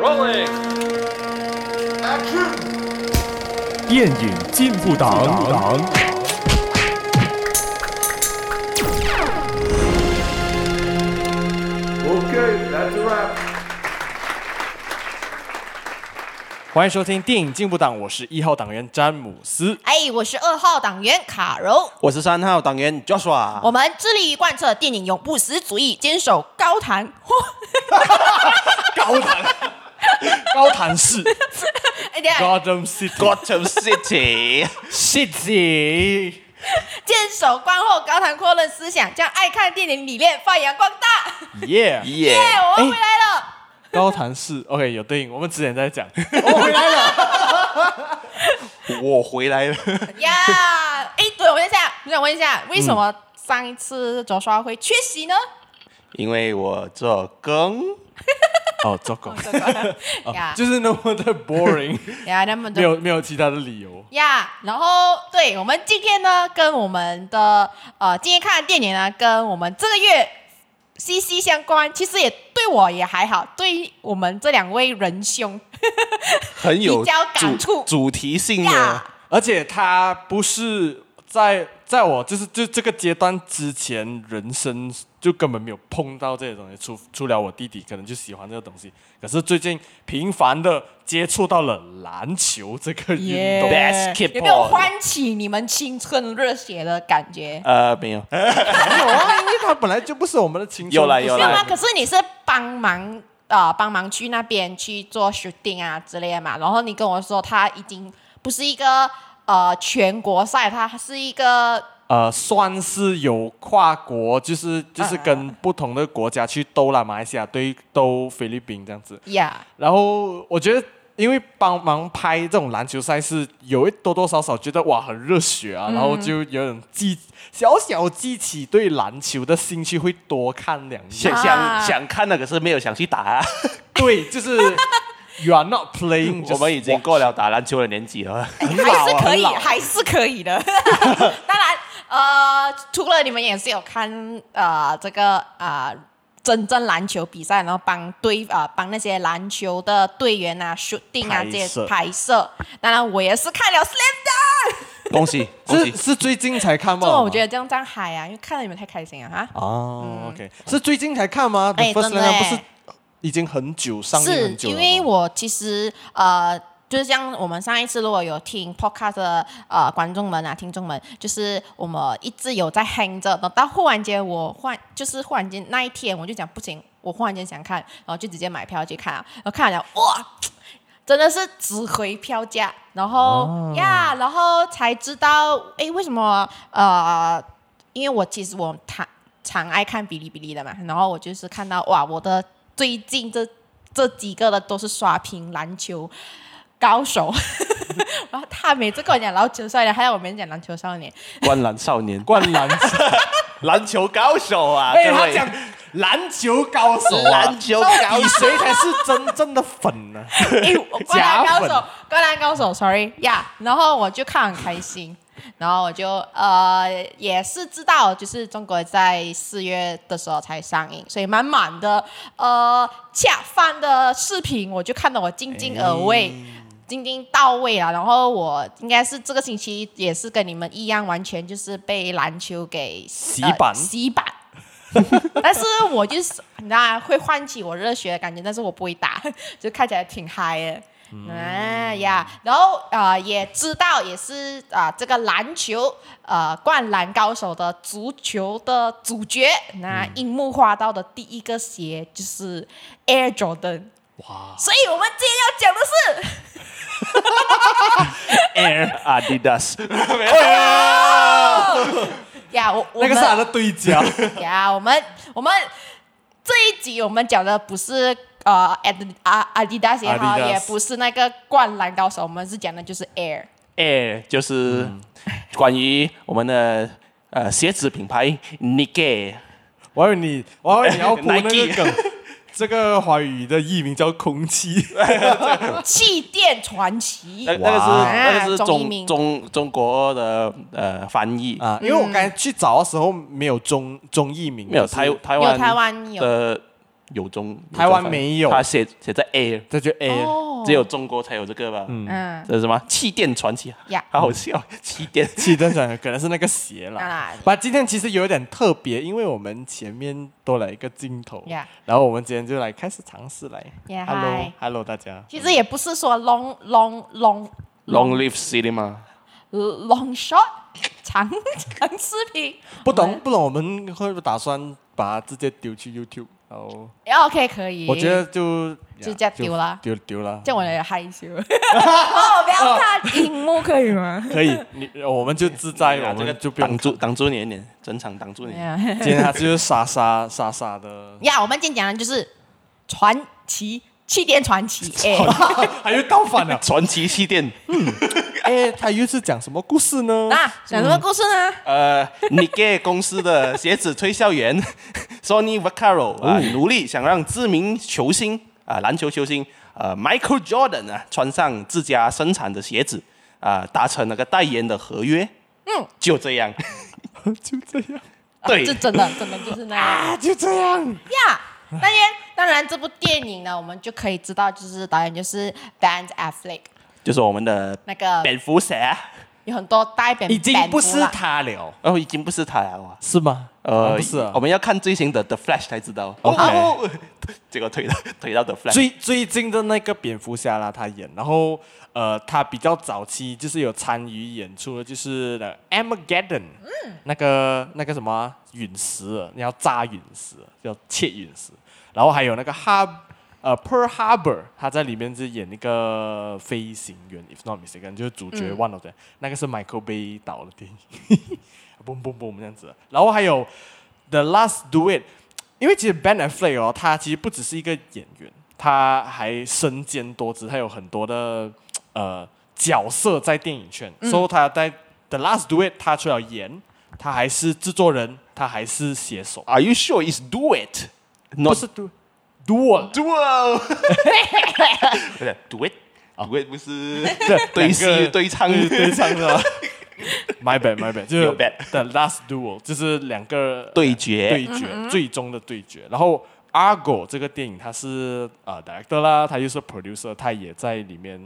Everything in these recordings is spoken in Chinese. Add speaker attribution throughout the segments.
Speaker 1: rolling.
Speaker 2: 电影进步党。
Speaker 3: Okay, that's a wrap.
Speaker 4: 欢迎收听电影进步党，我是一号党员詹姆斯。
Speaker 5: 哎，我是二号党员卡柔。
Speaker 6: 我是三号党员 Joshua。
Speaker 5: 我们致力于贯彻电影永不死主义，坚守高谈。
Speaker 4: 高谈，高谈市
Speaker 5: 哎，等一下，
Speaker 4: ，Gotham City，
Speaker 6: Gotham City，
Speaker 4: City，
Speaker 5: 坚守观后高谈阔论思想，将爱看电影理念发扬光 大。
Speaker 4: 耶！
Speaker 6: 耶
Speaker 5: 耶、！我
Speaker 4: 哎
Speaker 5: 们回来了。
Speaker 4: 高谈市，OK，有对应，我们之前在讲。
Speaker 6: 我回来了。
Speaker 5: 呀，哎，对，我问一下，我想问一
Speaker 4: 嗯
Speaker 5: 下，为什么上一次卓刷会缺 席呢？
Speaker 6: 因为我做工，
Speaker 4: 哦，糟糕，
Speaker 5: 呀
Speaker 4: 就是那么的 boring，
Speaker 5: 呀，那么
Speaker 4: 哦没
Speaker 5: 的
Speaker 4: 有没有其他的理由。
Speaker 5: 呀，然后对我们今天呢，跟我们的呃今天看的电影呢，跟我们这个月息息相关。其实也对我也还好，对我们这两位仁兄，
Speaker 6: 很有
Speaker 5: 比较感触
Speaker 6: 主主题性的
Speaker 5: 呀。
Speaker 4: 而且他不是在在我就是就这个阶段之前，人生就根本没有碰到这些东西，除除了我弟弟可能就喜欢这个东西。可是最近频繁的接触到了篮球这个运动
Speaker 6: Basketball
Speaker 5: 有没有唤起你们青春热血的感觉？
Speaker 6: 呃，没有，
Speaker 4: 没有啊，因为它本来就不是我们的青春，
Speaker 6: 有啦
Speaker 4: 不是
Speaker 6: 有
Speaker 5: 没有
Speaker 6: 啦
Speaker 5: 吗？可是你是帮忙呃帮忙去那边去做 shooting 啊之类的嘛，然后你跟我说他已经不是一个呃全国赛，他是一个
Speaker 4: 呃，算是有跨国，就是就是
Speaker 6: 啊
Speaker 5: 嗯
Speaker 4: 跟不同的国家去斗啦，马来西亚对斗菲律宾这样子。
Speaker 5: 呀
Speaker 4: 然后我觉得，因为帮忙拍这种篮球赛事，有一多多少少觉得哇很热血
Speaker 6: 嗯
Speaker 4: 啊，然后就有点激小小激起对篮球的兴趣，会多看两眼。
Speaker 6: 想
Speaker 5: 啊
Speaker 6: 想想看的，可是没有想去打啊。
Speaker 4: 对，就是 you are not playing，
Speaker 6: 我们已经过了打篮球的年纪了。
Speaker 5: 还是可
Speaker 4: 很
Speaker 5: 以，
Speaker 4: 老
Speaker 5: 还是可 以的。当然，呃，除了你们也是有看呃这个啊、呃、真正篮球比赛，然后帮队啊、呃、帮那些篮球的队员啊、shooting 啊
Speaker 4: 拍摄
Speaker 5: 这些拍摄。当然，我也是看了 Slam Dunk，
Speaker 6: 恭喜恭
Speaker 4: 是
Speaker 6: 喜！
Speaker 4: 是最近才看吗？
Speaker 5: 这我觉得这样这样嗨啊，因为看了你们太开心了哈。
Speaker 4: 哦、o k 是最近才看吗？The
Speaker 5: 哎
Speaker 4: First
Speaker 5: 真的
Speaker 4: Line 不
Speaker 5: 哎
Speaker 4: 是已经很久上映
Speaker 5: 是
Speaker 4: 很久了
Speaker 5: 因
Speaker 4: 吗
Speaker 5: 为我其实呃，就是像我们上一次如果有听 podcast 的呃观众们啊、听众们，就是我们一直有在 hang 着，等到忽然间我忽然就是忽然间那一天我就讲不行，我忽然间想看，然后就直接买票去看啊，然后看了哇。真的是值回票价，然后、
Speaker 4: 哦
Speaker 5: 呀，然后才知道，哎，为什么呃，因为我其实我常常爱看哔哩哔哩的嘛，然后我就是看到哇，我的最近这这几个的都是刷屏篮球高手， 然后他每次跟我讲篮球少年，还有我们讲篮球 少年，
Speaker 6: 灌篮少 年，灌
Speaker 4: 灌篮，
Speaker 6: 篮球高手 啊！
Speaker 4: 哎，
Speaker 6: 各
Speaker 4: 他
Speaker 6: 位
Speaker 4: 讲篮球高手啊，
Speaker 6: 篮球高
Speaker 4: 比谁才是真正的粉 啊呢、
Speaker 5: 哎，我灌篮
Speaker 4: 假
Speaker 5: 高
Speaker 4: 粉
Speaker 5: 手，灌篮高手，sorry 呀、然后我就看很开心，然后我就呃也是知道，就是中国在四月的时候才上映，所以满满的呃恰饭的视频，我就看得我津津而味。
Speaker 4: 哎
Speaker 5: 津津到位了，然后我应该是这个星期也是跟你们一样，完全就是被篮球给
Speaker 4: 洗
Speaker 5: 呃
Speaker 4: 版
Speaker 5: 洗版。 但是我就是你知道啊会唤起我热血的感觉，但是我不会打， 就看起来挺嗨的。哎呀，然后呃也知道也是啊、呃这个篮球呃灌篮高手的足球的主角，那樱木花道的第一个鞋就是 Air Jordan。哇！所以我们今天要讲的是
Speaker 6: Air Adidas，
Speaker 5: 呀，我我
Speaker 4: 那
Speaker 5: 们
Speaker 4: 个是他的对家，
Speaker 5: 呀，我们我们这一集我们讲的不是呃阿迪阿阿迪达斯也好，
Speaker 4: Adidas
Speaker 5: 也不是那个灌篮高手，我们是讲的就是 Air。
Speaker 6: Air 就是关于我们的呃鞋子品牌 Nike。
Speaker 4: 我以为你，我 以为你要铺那
Speaker 6: Nike
Speaker 4: 个梗。 这个华语的译名叫空气，
Speaker 5: 气垫传奇
Speaker 6: 那那个是那个是
Speaker 5: 啊中一
Speaker 6: 中
Speaker 5: 鸣
Speaker 6: 中中国的呃翻译，
Speaker 4: 啊，因为我刚才去找的时候没有中中译名，
Speaker 6: 没有
Speaker 4: 就是
Speaker 6: 台台
Speaker 5: 有
Speaker 6: 湾
Speaker 5: 台湾有
Speaker 6: 的有中
Speaker 4: 台湾没有
Speaker 6: 它写写在 air，
Speaker 4: 这就 A，、
Speaker 5: 哦，
Speaker 6: 只有中国才有这个吧？嗯，
Speaker 5: 嗯
Speaker 6: 这是什么气垫传奇？
Speaker 5: 呀，
Speaker 6: 好好笑，气垫。
Speaker 4: 气灯转可能是那个鞋
Speaker 5: 当
Speaker 4: 啦。
Speaker 5: 然
Speaker 4: 把今天其实有点特别，因为我们前面多了一个镜头
Speaker 5: 呀
Speaker 4: 然后我们今天就来开始尝试来。
Speaker 5: 呀
Speaker 4: Hello
Speaker 5: 嗨，
Speaker 4: Hello 大家，
Speaker 5: 其实也不是说 long long long
Speaker 6: Long live cinema，
Speaker 5: long shot 长长视频
Speaker 4: 不懂不懂，我们会不会打算把它直接丢去 YouTube？然后
Speaker 5: 哎，OK 可以，
Speaker 4: 我觉得就
Speaker 5: 就这样丢啦
Speaker 4: 丢丢了
Speaker 5: 这。样我也害羞， 哦，不要看荧幕可以吗？
Speaker 4: 可以，你我们就 自在，哎我
Speaker 6: 哎这个
Speaker 4: 们就不
Speaker 6: 挡
Speaker 4: 用。
Speaker 6: 住挡住你的脸，整场挡住你。
Speaker 5: 哎呀，，
Speaker 4: 今天他就是傻傻傻傻的
Speaker 5: 呀我们今天讲的就是传奇气垫传奇，哎，
Speaker 4: 还有倒反了。
Speaker 6: 传奇气垫，
Speaker 4: 哎，他又是讲什么故事呢？
Speaker 5: 那讲什么故事呢？
Speaker 6: 呃 n i k e 公司的鞋子推销员 Sony Vaccaro
Speaker 4: 哦
Speaker 6: 啊、努力想让知名球星啊、篮球球星呃 Michael Jordan 啊穿上自家生产的鞋子啊、达成那个代言的合约。嗯，就这样，
Speaker 4: 就这样
Speaker 5: 啊
Speaker 6: 对
Speaker 5: 这真的真的就是那样。
Speaker 4: 啊，就这样。
Speaker 5: 呀，当然，当然，这部电影呢，我们就可以知道，就是导演就是 Ben Affleck，
Speaker 6: 就是我们的
Speaker 5: 那个
Speaker 6: 蝙蝠侠
Speaker 5: 有很多代表
Speaker 4: 已经
Speaker 5: 蝙蝠
Speaker 4: 不是
Speaker 5: 啦
Speaker 4: 他了，
Speaker 6: 哦，已经不是他了哇。
Speaker 4: 是吗？
Speaker 6: 呃，
Speaker 4: 不是啊
Speaker 6: 我。们要看最新的 The Flash 才知道。
Speaker 4: OK
Speaker 6: 哦， 结果推到推到 The Flash。
Speaker 4: 最最近的那个蝙蝠侠啦，他演，然后呃，他比较早期就是有参与演出的，就是的 Armageddon，、那个那个什么啊陨石啊，你要炸陨石，叫切陨石，然后还有那个 Har 呃 Pearl Harbor，他在里面是演那个飞行员，if not mistaken，就是主角 one of them，、那个是 Michael Bay 导的电影， 嘣嘣嘣这样子，然后还有 The Last Duet。因为其实 Ben Affleck 哦，他其实不只是一个演员，他还身兼多职，他有很多的呃角色在电影圈。所、以、他在《The Last Duet》，他除了演，他还是制作人，他还是写手，
Speaker 6: Are you sure is do it？
Speaker 4: 不
Speaker 6: Not
Speaker 4: 是 Do Duo
Speaker 6: duo，不是 duet，duet、不
Speaker 4: 哦
Speaker 6: 是对戏对唱
Speaker 4: 对唱 是吧？My bad, my bad，就是
Speaker 6: Your bad
Speaker 4: The Last Duel，就是两个
Speaker 6: 对决
Speaker 4: 对决，最终的对决。然后 Argo 这个电影，它是呃 director 啦，他又是 producer，他也在里面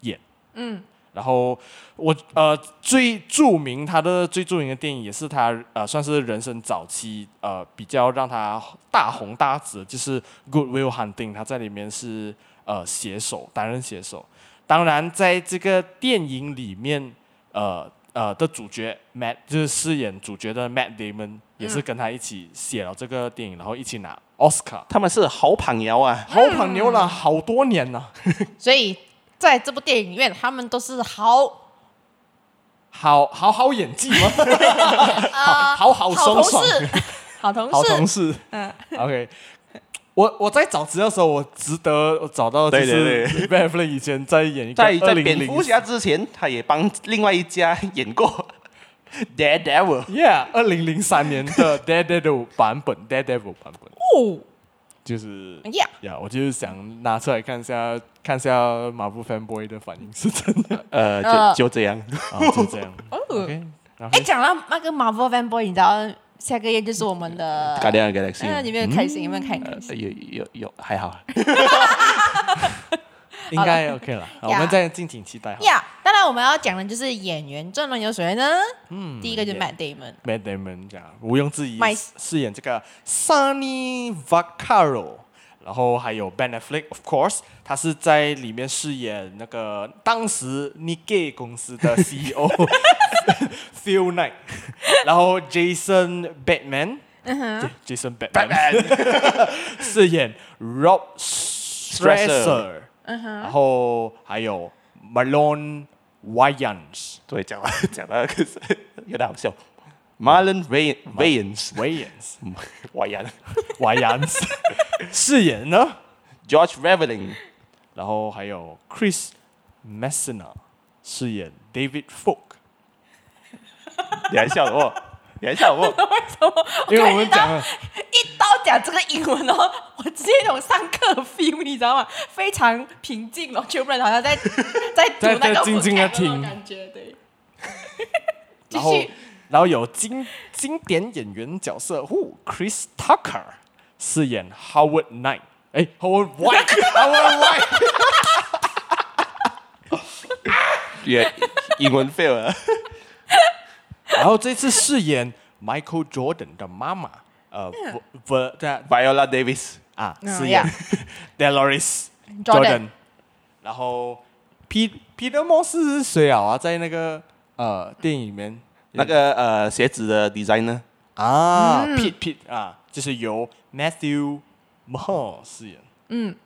Speaker 4: 演。嗯。然后我呃最著名他的最著名的电影，也是他呃算是人生早期呃比较让他大红大紫的，就是《Good Will Hunting》，他在里面是呃写手，担任写手。当然，在这个电影里面，呃呃的主角 Matt 就是饰演主角的 Matt Damon，也是跟他一起写了这个电影，然后一起拿 Oscar，
Speaker 6: 他们是好朋友啊，
Speaker 4: 好朋友了好多年了，
Speaker 5: 所以在这部电影院，他们都是好
Speaker 4: 好好好演技吗？好好
Speaker 5: 好
Speaker 4: 爽
Speaker 5: 同
Speaker 4: 爽，
Speaker 5: 事， 好同
Speaker 4: 好同
Speaker 5: 事，
Speaker 4: 事。OK，我我在找资料的时候，我值得我找到就
Speaker 6: 对
Speaker 4: 是
Speaker 6: 对
Speaker 4: b e v l e 以前在演一个
Speaker 6: 在在
Speaker 4: 2004
Speaker 6: 蝙蝠侠之前，他也帮另外一家演过 Daredevil。。
Speaker 4: ，Yeah，二零零三年的 Daredevil 版本，Daredevil 版本
Speaker 5: 哦哎
Speaker 4: 就是
Speaker 5: 呀，
Speaker 4: 呀我就是想拿出来看一下，看一下马步 fanboy 的反应是真的
Speaker 6: 呃，
Speaker 5: 呃
Speaker 6: 就就这样，
Speaker 4: 啊，就这样。OK，然后
Speaker 5: 哎，讲到那个 Marvel fanboy，你知道下个月就是我们的，呃
Speaker 6: g u a r d i a n Galaxy
Speaker 5: 那。你们有开心？有没有开
Speaker 4: 嗯
Speaker 5: 心？
Speaker 6: 呃有有有，还好。啊
Speaker 4: 应该 OK 了，好我们再敬请期待。好
Speaker 5: 呀当然我们要讲的就是演员阵容有谁呢？嗯，第一个就是 Matt Damon，
Speaker 4: ，Matt Damon 这样毋庸置疑
Speaker 5: My-
Speaker 4: 饰演这个 Sunny Vaccaro，然后还有 Ben Affleck，of course，他是在里面饰演那个当时 Nike 公司 的 CEO Phil Knight，然后 Jason Batman，j a s o n 嗯 Batman。饰 演 Rob Strasser，然嗯后还有 Malone Wayans
Speaker 6: 对，讲了 讲了，可是有点好笑。Marlon Ray Wayans，嗯
Speaker 4: Wayans
Speaker 6: 瓦扬
Speaker 4: Wayans 饰演呢，
Speaker 6: ，George Reveling，
Speaker 4: 然后还有 Chris Messina 饰演 David Folk，
Speaker 6: 你还笑什么？你还笑什么？
Speaker 4: 因为我们讲了
Speaker 5: 一刀讲这个英文哦， 我直接有上课 feel，你知道吗？非常平静哦，全部人好像在 在读
Speaker 4: 在
Speaker 5: 那
Speaker 4: 在
Speaker 5: 个
Speaker 4: 静静地
Speaker 5: vocab 那种
Speaker 4: 听
Speaker 5: 感觉对。继
Speaker 4: 然后
Speaker 5: 续，
Speaker 4: 然后有经经典演员角色，呼，Chris Tucker 饰演 Howard Knight，哎，Howard White，Howard White，
Speaker 6: 也英文 fail 了。
Speaker 4: 然后这次饰演 Michael Jordan 的妈妈，呃， 不不对啊
Speaker 6: Viola Davis
Speaker 4: 啊，
Speaker 5: 嗯
Speaker 4: 饰演
Speaker 5: yeah
Speaker 4: Dolores
Speaker 5: Jordan
Speaker 4: 然后皮皮特莫斯是谁啊？啊，在那个呃电影里面
Speaker 6: 那个嗯呃鞋子的 designer，
Speaker 4: 啊，Pete Pete 啊，就是由 Matthew Moore 饰演，嗯，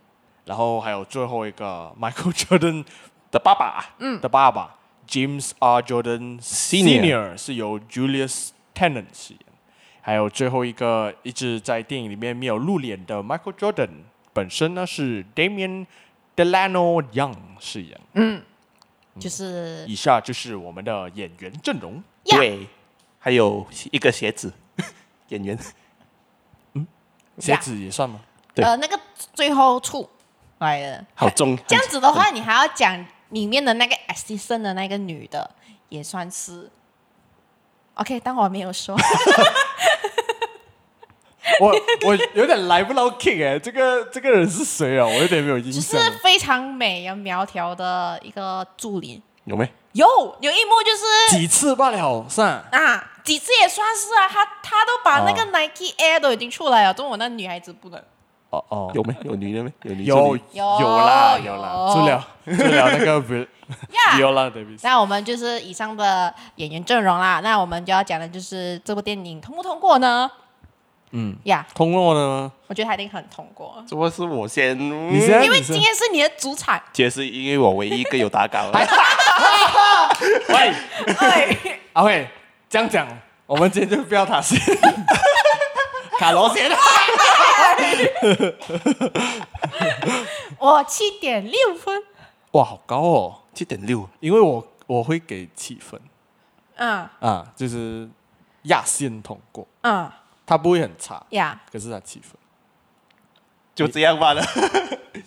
Speaker 4: 然后还有最后一个 Michael Jordan 的爸爸，嗯，的爸爸 James R Jordan
Speaker 6: Senior
Speaker 4: Senior 是由 Julius Tennant 饰演，还有最后一个一直在电影里面没有露脸的 Michael Jordan 本身呢是 Damian Delano Young 饰演，
Speaker 6: 嗯
Speaker 5: 就是
Speaker 4: 以下就是我们的演员阵容。
Speaker 5: 呀
Speaker 6: 对，还有一个鞋子 演员，
Speaker 4: 鞋子也算吗？
Speaker 6: 对
Speaker 5: 呃那个最后处来的。
Speaker 6: 好重。
Speaker 5: 这样子的话，你还要讲里面的那个 assistant 的那个女的，也算是。OK，当我没 有说，
Speaker 4: 我我有点来不到 King 哎、这个这个人是谁啊？我有点没有印
Speaker 5: 就
Speaker 4: 象
Speaker 5: 是。非常美啊苗条的一个助理。
Speaker 6: 有没？
Speaker 5: 有有一幕就是
Speaker 4: 几次罢了，是啊
Speaker 5: 啊，几次也算是啊，她她都把那个
Speaker 6: 哦
Speaker 5: Nike Air 都已经出来了，中我那女孩子不能。
Speaker 4: 哦哦，
Speaker 6: 有没？有女的没？有女助
Speaker 4: 有
Speaker 6: 理
Speaker 5: 有啊
Speaker 4: 有啦
Speaker 5: 有
Speaker 4: 有啦，除了除了那个 Vi-
Speaker 5: Yeah，
Speaker 4: Viola Davis，
Speaker 5: 那我们就是以上的演员阵容啦。那我们就要讲的就是这部电影通不通过呢？嗯，呀、
Speaker 4: 通过了吗？
Speaker 5: 我觉得他一定很通过，
Speaker 6: 怎么是我先？
Speaker 4: 你
Speaker 6: 你啊
Speaker 4: 先，
Speaker 5: 嗯因为
Speaker 4: 哎你先
Speaker 5: 今天是你的主 场。
Speaker 6: 解释，因为我唯一一个有打 稿的。
Speaker 4: 喂
Speaker 5: 哎
Speaker 4: 阿慧这样讲，我们今天就不要他先，卡罗先啊
Speaker 5: 我七点六分。
Speaker 4: 哇，好高哦，
Speaker 6: 七点六，
Speaker 4: 因为我我会给七分
Speaker 5: 嗯
Speaker 4: 啊，就是压线通过，
Speaker 5: 嗯
Speaker 4: 他不会很差，
Speaker 5: 呀，
Speaker 4: 可是他七分。
Speaker 6: 就这样罢 了。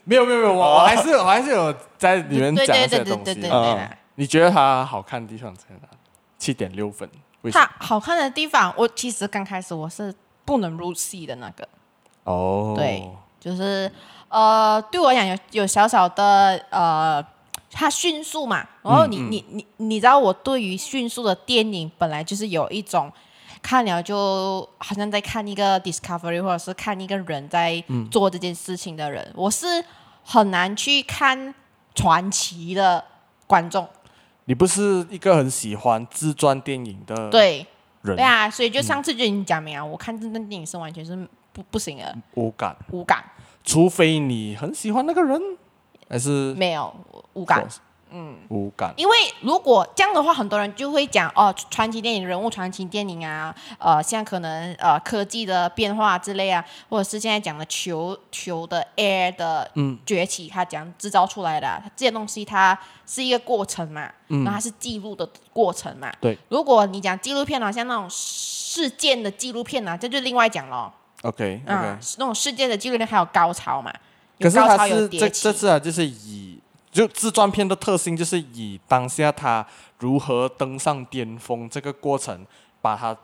Speaker 4: 没有没有没有，我我还是我还是有在里面
Speaker 5: 对
Speaker 4: 讲
Speaker 5: 对
Speaker 4: 一
Speaker 5: 对
Speaker 4: 些
Speaker 5: 对
Speaker 4: 东
Speaker 5: 对
Speaker 4: 西
Speaker 5: 对对。
Speaker 4: 啊
Speaker 5: 对。
Speaker 4: 你觉得它好看的地方在哪？七点六分，为什
Speaker 5: 它
Speaker 4: 么？
Speaker 5: 好看的地方，我其实刚开始我是不能入戏的那个，
Speaker 4: 哦，
Speaker 5: 对，就是呃，对我来讲有有小小的呃，它迅速嘛，然后你、你你你知道我对于迅速的电影本来就是有一种。看了就好像在看一个 discovery，或者是看一个人在做这件事情的人，我是很难去看传奇的观众。
Speaker 4: 你不是一个很喜欢自传电影的
Speaker 5: 对，
Speaker 4: 人，
Speaker 5: 对啊，所以就上次就已经讲明啊，我看这部电影是完全是不不行的，
Speaker 4: 无感，
Speaker 5: 无感，
Speaker 4: 除非你很喜欢那个人，还是
Speaker 5: 没有无感。嗯
Speaker 4: 无感。
Speaker 5: 因为如果这样的话，很多人就会讲哦，传奇电影人物、传奇电影啊，呃，像可能呃科技的变化之类啊，或者是现在讲的球球的 air 的
Speaker 4: 嗯
Speaker 5: 崛起，它讲制造出来的啊、这些东西，它是一个过程嘛，然后它是记录的过程嘛。
Speaker 4: 嗯对，
Speaker 5: 如果你讲纪录片啊，像那种事件的纪录片啊，这就另外讲咯。
Speaker 4: OK
Speaker 5: 啊
Speaker 4: OK，，
Speaker 5: 那种世界的纪录片还有高潮嘛？有
Speaker 4: 可是
Speaker 5: 高
Speaker 4: 它
Speaker 5: 潮有
Speaker 4: 是
Speaker 5: 迭
Speaker 4: 这
Speaker 5: 起
Speaker 4: 这次啊，就是以就自传片的特性，就是以当下他如何登上巅峰这个过程，把它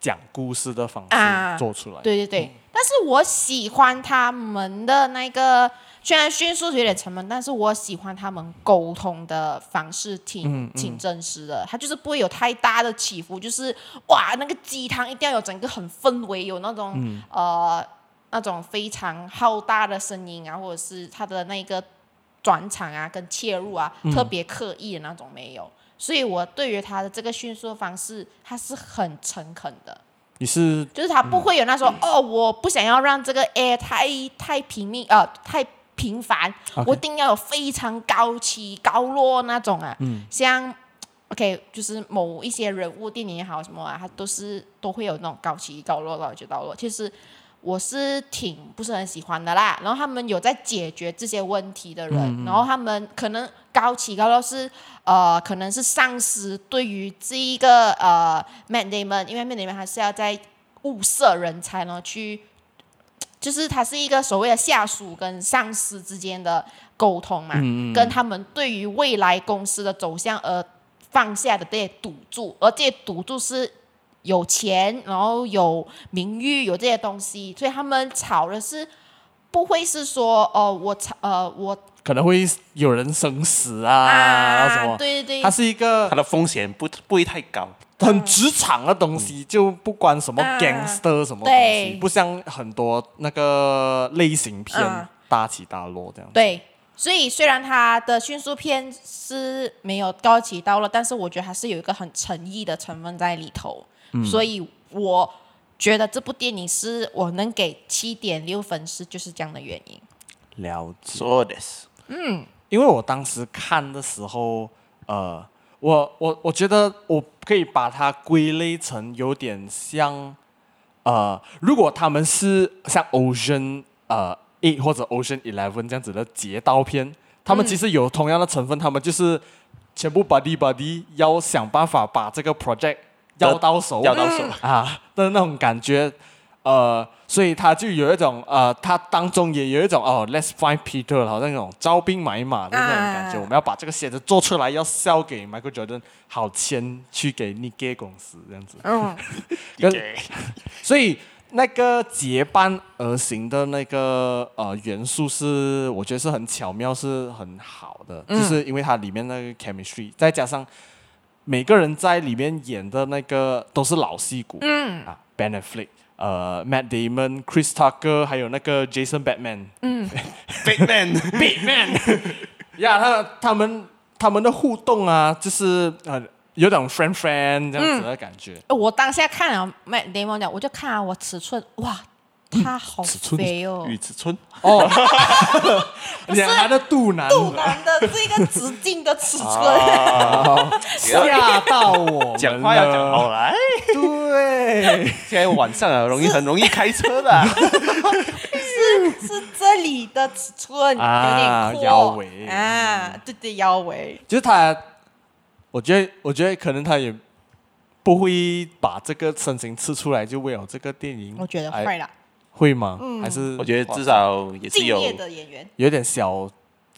Speaker 4: 讲故事的方
Speaker 5: 啊
Speaker 4: 式做出来。
Speaker 5: 对对对，但是我喜欢他们的那个，虽然迅速有点沉闷，但是我喜欢他们沟通的方式挺、挺真实的，他就是不会有太大的起伏，就是哇，那个鸡汤一定要有整个很氛围，有那种、呃那种非常浩大的声音啊，或者是他的那个转场啊跟切入啊，特别刻意的那种没有。所以我对于他的这个迅速的方式，他是很诚恳的。
Speaker 4: 你是
Speaker 5: 就是他不会有那种、哦，我不想要让这个 air 太太平民呃太平凡
Speaker 4: OK
Speaker 5: 我一定要有非常高起高落那种啊。像 OK 就是某一些人物电影也好什么啊，他都是都会有那种高起高落高起高落，其实。我是挺不是很喜欢的啦，然后他们有在解决这些问题的人，然后他们可能高起高落是呃，可能是上司对于这一个呃 Matt Damon，因为 Matt Damon 他是要在物色人才呢，去就是他是一个所谓的下属跟上司之间的沟通
Speaker 4: 嗯
Speaker 5: 嘛，跟他们对于呃未来公司的走向而放下的这些赌注，而这些赌注是有钱，然后有名誉，有这些东西，所以他们吵的是不会是说哦，我吵呃我
Speaker 4: 可能会有人生死啊，什么，
Speaker 5: 对对
Speaker 4: 它
Speaker 5: 对，
Speaker 4: 是一个
Speaker 6: 它的风险不不会太高。
Speaker 4: 很职场的东西，就不管什么
Speaker 5: 嗯啊
Speaker 4: gangster 什么东
Speaker 5: 对
Speaker 4: 西，不像很多那个类型片
Speaker 5: 啊
Speaker 4: 大起大落这样。
Speaker 5: 对，所以虽然他的迅速片是没有高起到了，但是我觉得还是有一个很诚意的成分在里头，
Speaker 4: 嗯
Speaker 5: 所以我觉得这部电影是我能给七点六分是就是这样的原因。
Speaker 4: 了解。
Speaker 6: 说的是，
Speaker 4: 因为我当时看的时候，呃，我我我觉得我可以把它归类成有点像，呃，如果他们是像 Ocean 呃 Eight 或者 Ocean Eleven 这样子的劫刀片，他们其实有同样的成分，他们就是全部 body body 要想办法把这个 project
Speaker 6: 得
Speaker 4: 要到手，
Speaker 6: 哦要到手
Speaker 4: 啊的那种感觉，呃，所以他就有一种呃，他当中也有一种哦，Let's find Peter，好像那种招兵买马的那种感觉。
Speaker 5: 啊
Speaker 4: 我们要把这个鞋子做出来，要 sell 给 Michael Jordan，好签去给 Nike 公司这样子。
Speaker 5: 嗯，
Speaker 4: 跟所以那个结伴而行的那个呃元素是，我觉得是很巧妙，是很好的，就是因为它里面那个 chemistry，再加上每个人在里面演的那个都是老戏骨，嗯啊，Ben Affleck。呃，Matt Damon、Chris Tucker，还有那个 Jason Batman，
Speaker 6: Big Man，
Speaker 4: 呀，他他们他们的互动啊，就是呃，有种 friend friend 这样子的感觉。
Speaker 5: 呃我当下看了 Matt Damon 的，我就看了啊我尺寸，哇，
Speaker 4: 嗯
Speaker 5: 他好肥哦，
Speaker 6: 与子春，
Speaker 4: 哦，
Speaker 5: 不是
Speaker 4: 两男的肚腩，
Speaker 5: 肚腩的这个直径的尺寸，
Speaker 4: 啊吓到我们了
Speaker 6: 讲话要讲好来。
Speaker 4: 对，
Speaker 6: 现在晚上啊，容易很容易开车的啊，
Speaker 5: 是是这里的尺寸，
Speaker 4: 啊
Speaker 5: 有点阔
Speaker 4: 腰围
Speaker 5: 啊，对对腰围，
Speaker 4: 就是他，我觉得，我觉得可能他也不会把这个身形吃出来，就为了这个电影，
Speaker 5: 我觉得嗯
Speaker 4: 哎
Speaker 5: 坏了，
Speaker 4: 会吗？还 是
Speaker 6: 我觉得至少也是
Speaker 5: 敬
Speaker 6: 有
Speaker 5: 业的演员，
Speaker 4: 有点小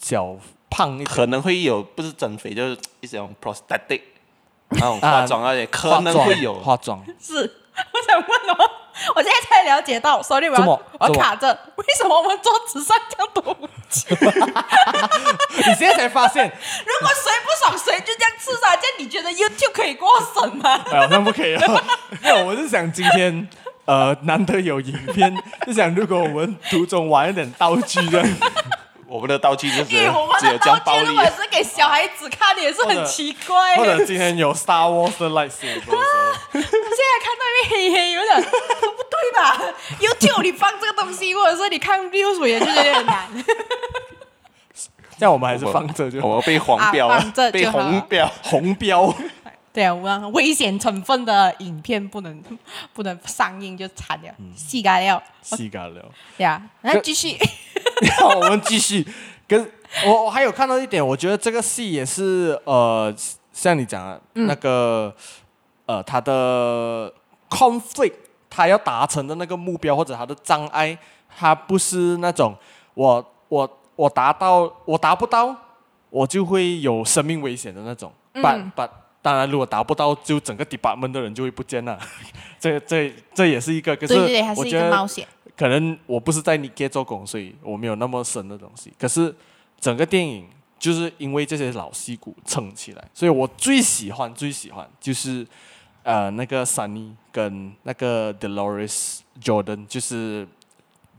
Speaker 4: 小胖一点
Speaker 6: 可能会有不是增肥，就是一种 prosthetic 那种
Speaker 4: 啊
Speaker 6: 化妆而且可能会有
Speaker 4: 化妆，化妆
Speaker 5: 是， 我想问哦，我现在才了解到，sorry，我
Speaker 4: 怎
Speaker 5: 要
Speaker 4: 么
Speaker 5: 我要
Speaker 4: 怎么
Speaker 5: 卡着，为什么我们桌子上这样多武器？
Speaker 4: 你现在才发现，
Speaker 5: 如果谁不爽谁就这样刺杀，这样你觉得 YouTube 可以过审吗？
Speaker 4: 哎，好像不可以了。 没有，我是想今天。呃，难得有影片， 就想如果我们途中玩一点道具这 样，
Speaker 6: 我们的道具就是
Speaker 5: 因哎为我们
Speaker 6: 只有
Speaker 5: 的
Speaker 6: 这样
Speaker 5: 道
Speaker 6: 暴力
Speaker 5: 具如果是给小孩子看的，也是很奇怪。
Speaker 4: 或
Speaker 5: 我现
Speaker 4: 者今天有 Star Wars 的 lightsaber，
Speaker 5: 在看到一面黑黑，有点不对吧？YouTube 你放这个东西，或者是你看 news 也就有点难。
Speaker 4: 这样我们还是放着就好
Speaker 6: 我们被黄标
Speaker 5: 啊放这
Speaker 6: 被
Speaker 5: 就好
Speaker 6: 红标，
Speaker 4: 红标。
Speaker 5: 对啊，我们危险成分的影片不能不能上映就惨了，戏干了。
Speaker 4: 细尬聊。
Speaker 5: 对啊，那继续。
Speaker 4: 好，我们继续。跟哦我我还有看到一点，我觉得这个戏也是呃，像你讲的、那个呃，他的 conflict，他要达成的那个目标或者他的障碍，他不是那种我我我达到我达不到，我就会有生命危险的那种。
Speaker 5: 嗯
Speaker 4: 把把、当然，如果达不到，就整个 department 的人就会不见了。 这这这也是一个，可是
Speaker 5: 对对对，还
Speaker 4: 我
Speaker 5: 是一
Speaker 4: 觉
Speaker 5: 个
Speaker 4: 得
Speaker 5: 冒险。
Speaker 4: 可能我不是在 Nike 做工，所以我没有那么深的东西。可是整个电影就是因为这些老戏骨撑起来，所以我最喜欢最喜欢就是呃那个 Sunny 跟那个 Dolores Jordan，就是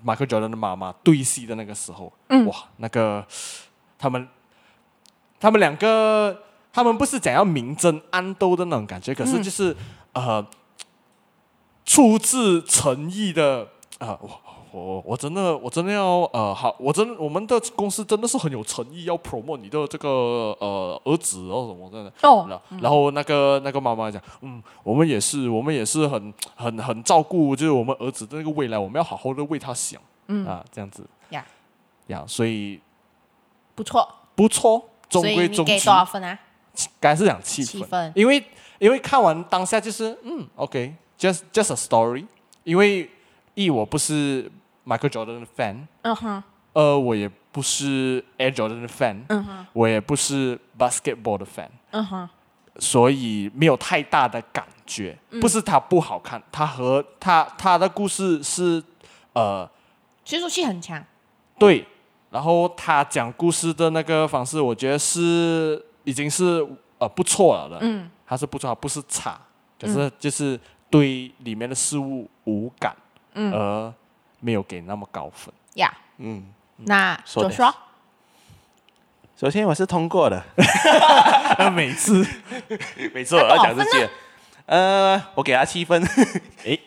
Speaker 4: Michael Jordan 的妈妈对戏的那个时候，哇，那个他们他们两个他们不是讲要明争暗斗的那种感觉，可是就是、呃出自诚意的啊、我我我真的我真的要呃好，我真我们的公司真的是很有诚意，要 promote 你的这个呃儿子哦什么的。
Speaker 5: 哦，
Speaker 4: 然然后那个那个妈妈讲，嗯，我们也是，我们也是很很很照顾，就是我们儿子的那个未来，我们要好好的为他想，嗯啊，这样子
Speaker 5: 呀
Speaker 4: 呀，所以
Speaker 5: 不错。
Speaker 4: 不错，中
Speaker 5: 所以
Speaker 4: 规
Speaker 5: 你
Speaker 4: 中
Speaker 5: 给
Speaker 4: 矩。
Speaker 5: 多少分啊？
Speaker 4: 该是讲气
Speaker 5: 气
Speaker 4: 氛，
Speaker 5: 氛
Speaker 4: 因为因为看完当下就是嗯，OK，just、just a story，因为一我不是 Michael Jordan 的 fan，
Speaker 5: 嗯哼，
Speaker 4: 二我也不是 Air Jordan 的 fan，、
Speaker 5: 嗯哼，
Speaker 4: 我也不是 basketball 的 fan，
Speaker 5: 嗯哼，
Speaker 4: 所以没有太大的感觉。
Speaker 5: 嗯
Speaker 4: 不是它不好看，它和它它的故事是呃
Speaker 5: 叙述性很强，
Speaker 4: 对，然后他讲故事的那个方式，我觉得是已经是呃不错了的，
Speaker 5: 嗯，
Speaker 4: 他是不错，不是差，可是就是对里面的事物无感，
Speaker 5: 嗯
Speaker 4: 而没有给那么高分。
Speaker 5: 呀、
Speaker 6: 嗯，
Speaker 5: 那
Speaker 6: 说
Speaker 5: 就
Speaker 6: 得
Speaker 5: 说
Speaker 6: 首先我是通 过
Speaker 5: 哦
Speaker 6: 的，
Speaker 4: 每次
Speaker 6: 每次我要讲这些，呃，我给他七分，
Speaker 5: 诶，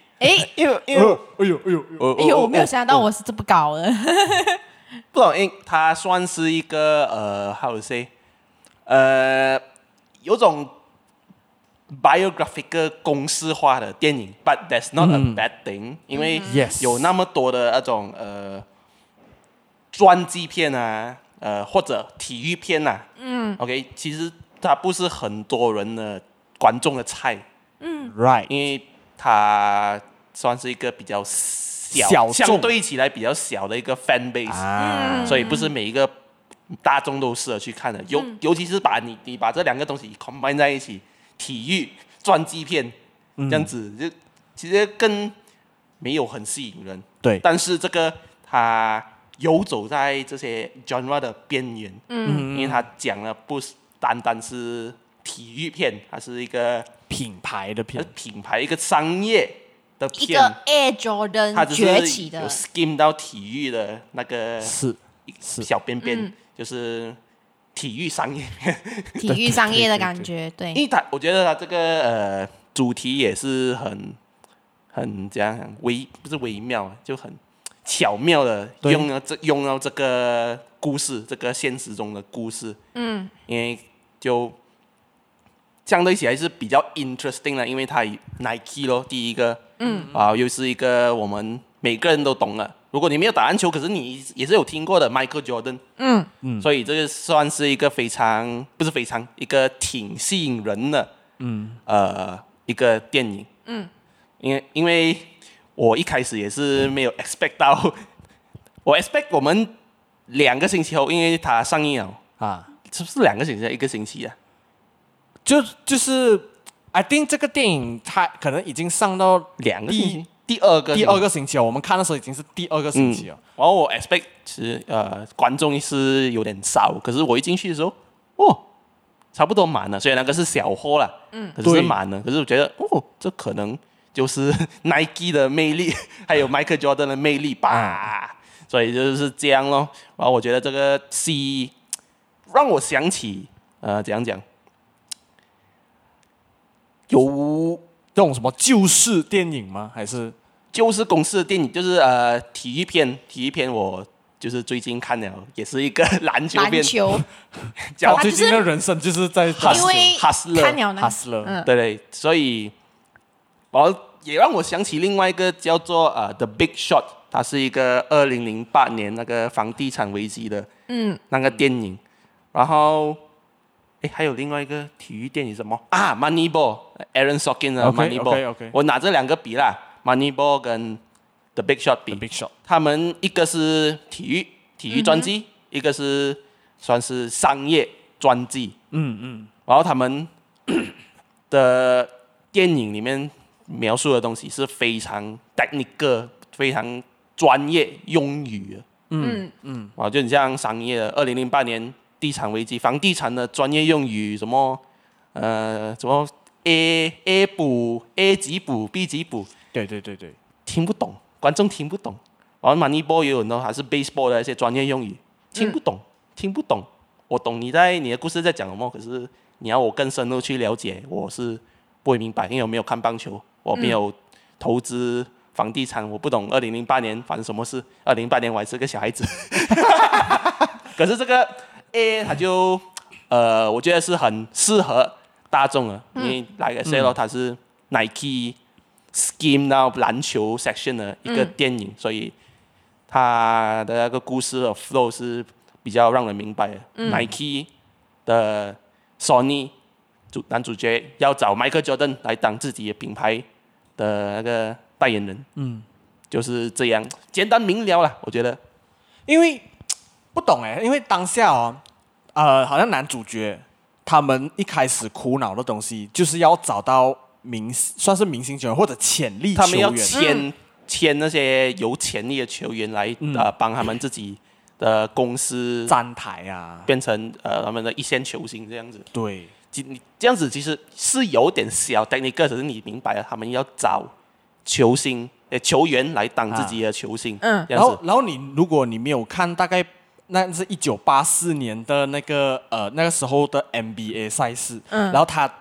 Speaker 6: 因为因
Speaker 4: 哎
Speaker 6: 为
Speaker 4: 呦哎呦哎呦，
Speaker 6: 我
Speaker 5: 哎呦，我没有想到我是这么高的，
Speaker 6: 不懂，因它算是一个呃，how to say，呃，有种 biographical 公式化的电影，but that's not a bad thing，、因为
Speaker 4: 嗯 Yes
Speaker 6: 有那么多的那种呃传记片啊，呃或者体育片啊，嗯，OK，其实它不是很多人的观众的菜，
Speaker 4: right，
Speaker 6: 因为它算是一个比较小，
Speaker 4: 小众
Speaker 6: 相对起来比较小的一个 fan base，、
Speaker 4: 啊，
Speaker 6: 所以不是每一个大众都适合去看的。尤、
Speaker 5: 嗯
Speaker 6: 尤其是把你你把这两个东西 combine 在一起，体育传记片这样子，就其实更没有很吸引人。
Speaker 4: 对，
Speaker 6: 但是这个它游走在这些 genre 的边缘，
Speaker 5: 嗯
Speaker 6: 因为它讲的不是单单是体育片，它是一个
Speaker 4: 品牌的
Speaker 6: 它
Speaker 4: 片
Speaker 6: 是品牌一个商业的
Speaker 5: 一
Speaker 6: 片
Speaker 5: 个，Air
Speaker 6: 它
Speaker 5: Jordan
Speaker 6: 只
Speaker 5: 崛起
Speaker 6: 是
Speaker 5: 的
Speaker 6: 有 skim 到体育的那个
Speaker 4: 是是
Speaker 6: 小边边，就是体育商业片。
Speaker 5: 体育商业的感觉，对
Speaker 6: 因为它，我觉得它这个呃主题也是很很怎样讲微不是微妙，就很巧妙的
Speaker 4: 对
Speaker 6: 用了这用到这个故事，这个现实中的故事，
Speaker 5: 嗯，
Speaker 6: 因为就相对起来是比较 interesting 的，因为它以 Nike 咯，第一个，嗯，啊，又是一个我们每个人都懂的。如果你没有打篮球，可是你也是有听过的 Michael Jordan，
Speaker 5: 嗯
Speaker 6: 嗯，所以这个算是一个非常不是非常一个挺吸引人的，嗯，呃，一个电影，嗯，因为因为我一开始也是没有 expect 到，我 expect 我们两个星期后，因为它上映了，
Speaker 4: 啊，
Speaker 6: 是不是两个星期啊？一个星期啊？
Speaker 4: 就就是，I think 这个电影它可能已经上到
Speaker 6: 两个
Speaker 4: 第
Speaker 6: 星期，第二个
Speaker 4: 第二
Speaker 6: 星期
Speaker 4: 个星期了，我们看的时候已经是第二个星
Speaker 6: 嗯
Speaker 4: 期了。，
Speaker 6: 然后我 expect 其实呃观众是有点少，可是我一进去的时候，哦，差不多满啊了，虽然那个是小货啦，嗯，可是
Speaker 4: 对
Speaker 6: 是满了，可是我觉得哦，这可能就是 Nike 的魅力， 还有 Michael Jordan 的魅力吧，所以就是这样咯。然后我觉得这个 C 让我想起呃怎样讲，有
Speaker 4: 这种什么旧式电影吗？还是
Speaker 6: 就是公司的电影，就是呃体育片，体育片我就是最近看了，也是一个 篮球
Speaker 5: 篮
Speaker 6: 片，
Speaker 5: 球，
Speaker 6: 叫
Speaker 4: 我
Speaker 5: 啊
Speaker 4: 最
Speaker 5: 就是
Speaker 4: 近的人生就是在
Speaker 5: 因为
Speaker 6: Hustler，
Speaker 5: 看了呢，
Speaker 4: Hustler
Speaker 5: 嗯，
Speaker 6: 对对，所以然后也让我想起另外一个叫做呃 The Big Shot，它是一个二零零八年那个房地产危机的
Speaker 5: 嗯
Speaker 6: 那个电影，然后。诶，还有另外一个体育电影什么啊？Moneyball，Aaron Sorkin 的
Speaker 4: OK，OK，OK
Speaker 6: Moneyball。我拿这两个比啦，Moneyball 跟 The Big Shot 比
Speaker 4: The。Big Shot
Speaker 6: 他们一个是体育体育专辑，一个是算是商业专辑。嗯嗯。然后他们的电影里面描述的东西是非常 technical、非常专业用语的。
Speaker 5: 嗯
Speaker 6: 啊，就很像商业的二零零八年地产危机，房地产的专业用语什么呃什么 A A 补 A 级补 B 级补，
Speaker 4: 对对对对，
Speaker 6: 听不懂，观众听不懂。玩 Moneyball 也有很多还是 baseball 的一些专业用语，听不懂，听不懂。我懂你在你的故事在讲什么，可是你要我更深入去了解，我是不会明白，因为我没有看棒球，我没有投资房地产，我不懂。二零零八年发生什么事？二零零八年我还是个小孩子。可是这个 A 它就呃，我觉得是很适合大众的，因为 like I said 咯，它是 Nike skim 到篮球 section 的一个电影，所以它的那个故事的 flow 是比较让人明白的。Nike 的 Sony 主男主角要找 Michael Jordan 来当自己的品牌的那个代言人，嗯，就是这样简单明了啦，我觉得
Speaker 4: 欸因为不懂哎，因为当下哦，呃，好像男主角他们一开始苦恼的东西，就是要找到明星算是明星球员或者潜力
Speaker 6: 他们
Speaker 4: 球
Speaker 6: 要
Speaker 4: 员。
Speaker 6: 签签那些有潜力的球员来
Speaker 4: 嗯
Speaker 6: 呃帮他们自己的公司
Speaker 4: 站台啊，
Speaker 6: 变成呃他们的一线球星这样子。
Speaker 4: 对，
Speaker 6: 其你这样子其实是有点小 technical，可是你明白了，他们要找球星、呃球员来当自己的球星，
Speaker 5: 嗯
Speaker 6: 这
Speaker 4: 然
Speaker 6: 样
Speaker 4: 后
Speaker 6: 子。
Speaker 4: 然后你如果你没有看，大概那是一九八四年的那个呃那个时候的 NBA 赛事，
Speaker 5: 嗯
Speaker 4: 然后他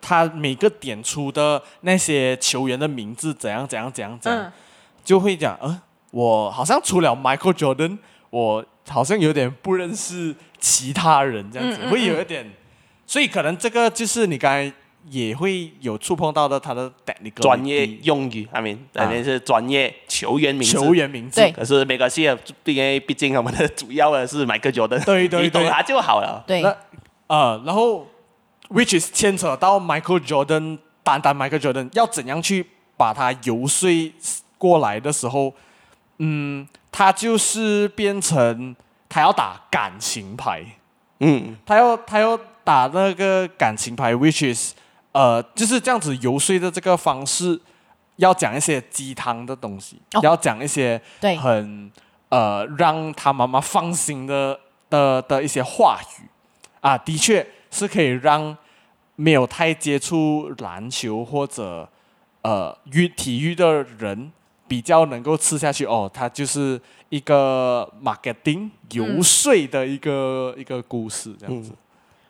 Speaker 4: 他每个点出的那些球员的名字怎样怎样怎样怎样，
Speaker 5: 嗯，
Speaker 4: 就会讲，呃，我好像除了 Michael Jordan，我好像有点不认识其他人这样子，
Speaker 5: 嗯嗯嗯
Speaker 4: 会有一点，所以可能这个就是你刚才也会有触碰到的他的 technical
Speaker 6: 专业
Speaker 4: 力
Speaker 6: 用语，他们
Speaker 4: 啊
Speaker 6: 那边是专业球员名字。
Speaker 4: 球员名字，
Speaker 5: 对
Speaker 6: 可是没关系啊，因为毕竟我们的主要的是 Michael Jordan，
Speaker 4: 对对
Speaker 6: 你懂
Speaker 4: 对
Speaker 6: 他就好了。
Speaker 5: 对，
Speaker 4: 那呃，然后 which is 牵扯到 Michael Jordan，单单 Michael Jordan 要怎样去把他游说过来的时候，嗯，他就是变成他要打感情牌。
Speaker 6: 嗯，
Speaker 4: 他要他要打那个感情牌，which is 呃就是这样子游说的这个方式，要讲一些鸡汤的东西，
Speaker 5: 哦
Speaker 4: 要讲一些
Speaker 5: 对
Speaker 4: 很呃让他妈妈放心的的的一些话语啊，的确是可以让没有太接触篮球或者呃运体育的人比较能够吃下去哦，它就是一个 marketing 游说的一个、
Speaker 5: 嗯
Speaker 4: 一个故事这样子。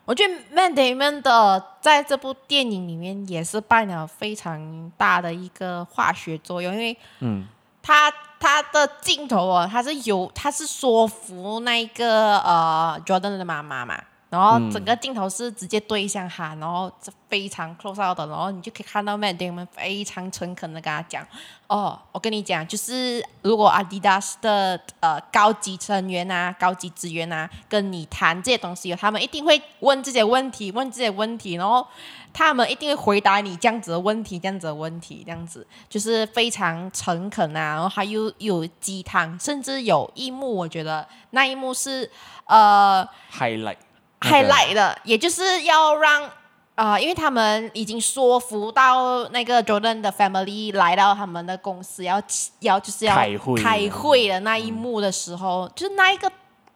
Speaker 5: 我觉得 Matt Damon 的在这部电影里面也是扮演了非常大的一个化学作用，因为
Speaker 4: 嗯，
Speaker 5: 他他的镜头哦，他是有他是说服那一个呃 Jordan 的妈妈嘛，然后整个镜头是直接对向他，然后这非常 close out 的，然后你就可以看到 Matt Damon 非常诚恳的跟他讲，哦，我跟你讲，就是如果 Adidas 的呃高级成员啊、高级职员啊跟你谈这些东西，他们一定会问这些问题，问这些问题，然后他们一定会回答你这样子的问题、这样子的问题，这样子就是非常诚恳啊。然后还有有鸡汤，甚至有一幕，我觉得那一幕是呃。
Speaker 4: highlight 那个
Speaker 5: highlight 的，也就是要让呃，因为他们已经说服到那个 Jordan 的 family 来到他们的公司，要起要就是要
Speaker 4: 开会
Speaker 5: 开会的那一幕的时候，就是那一个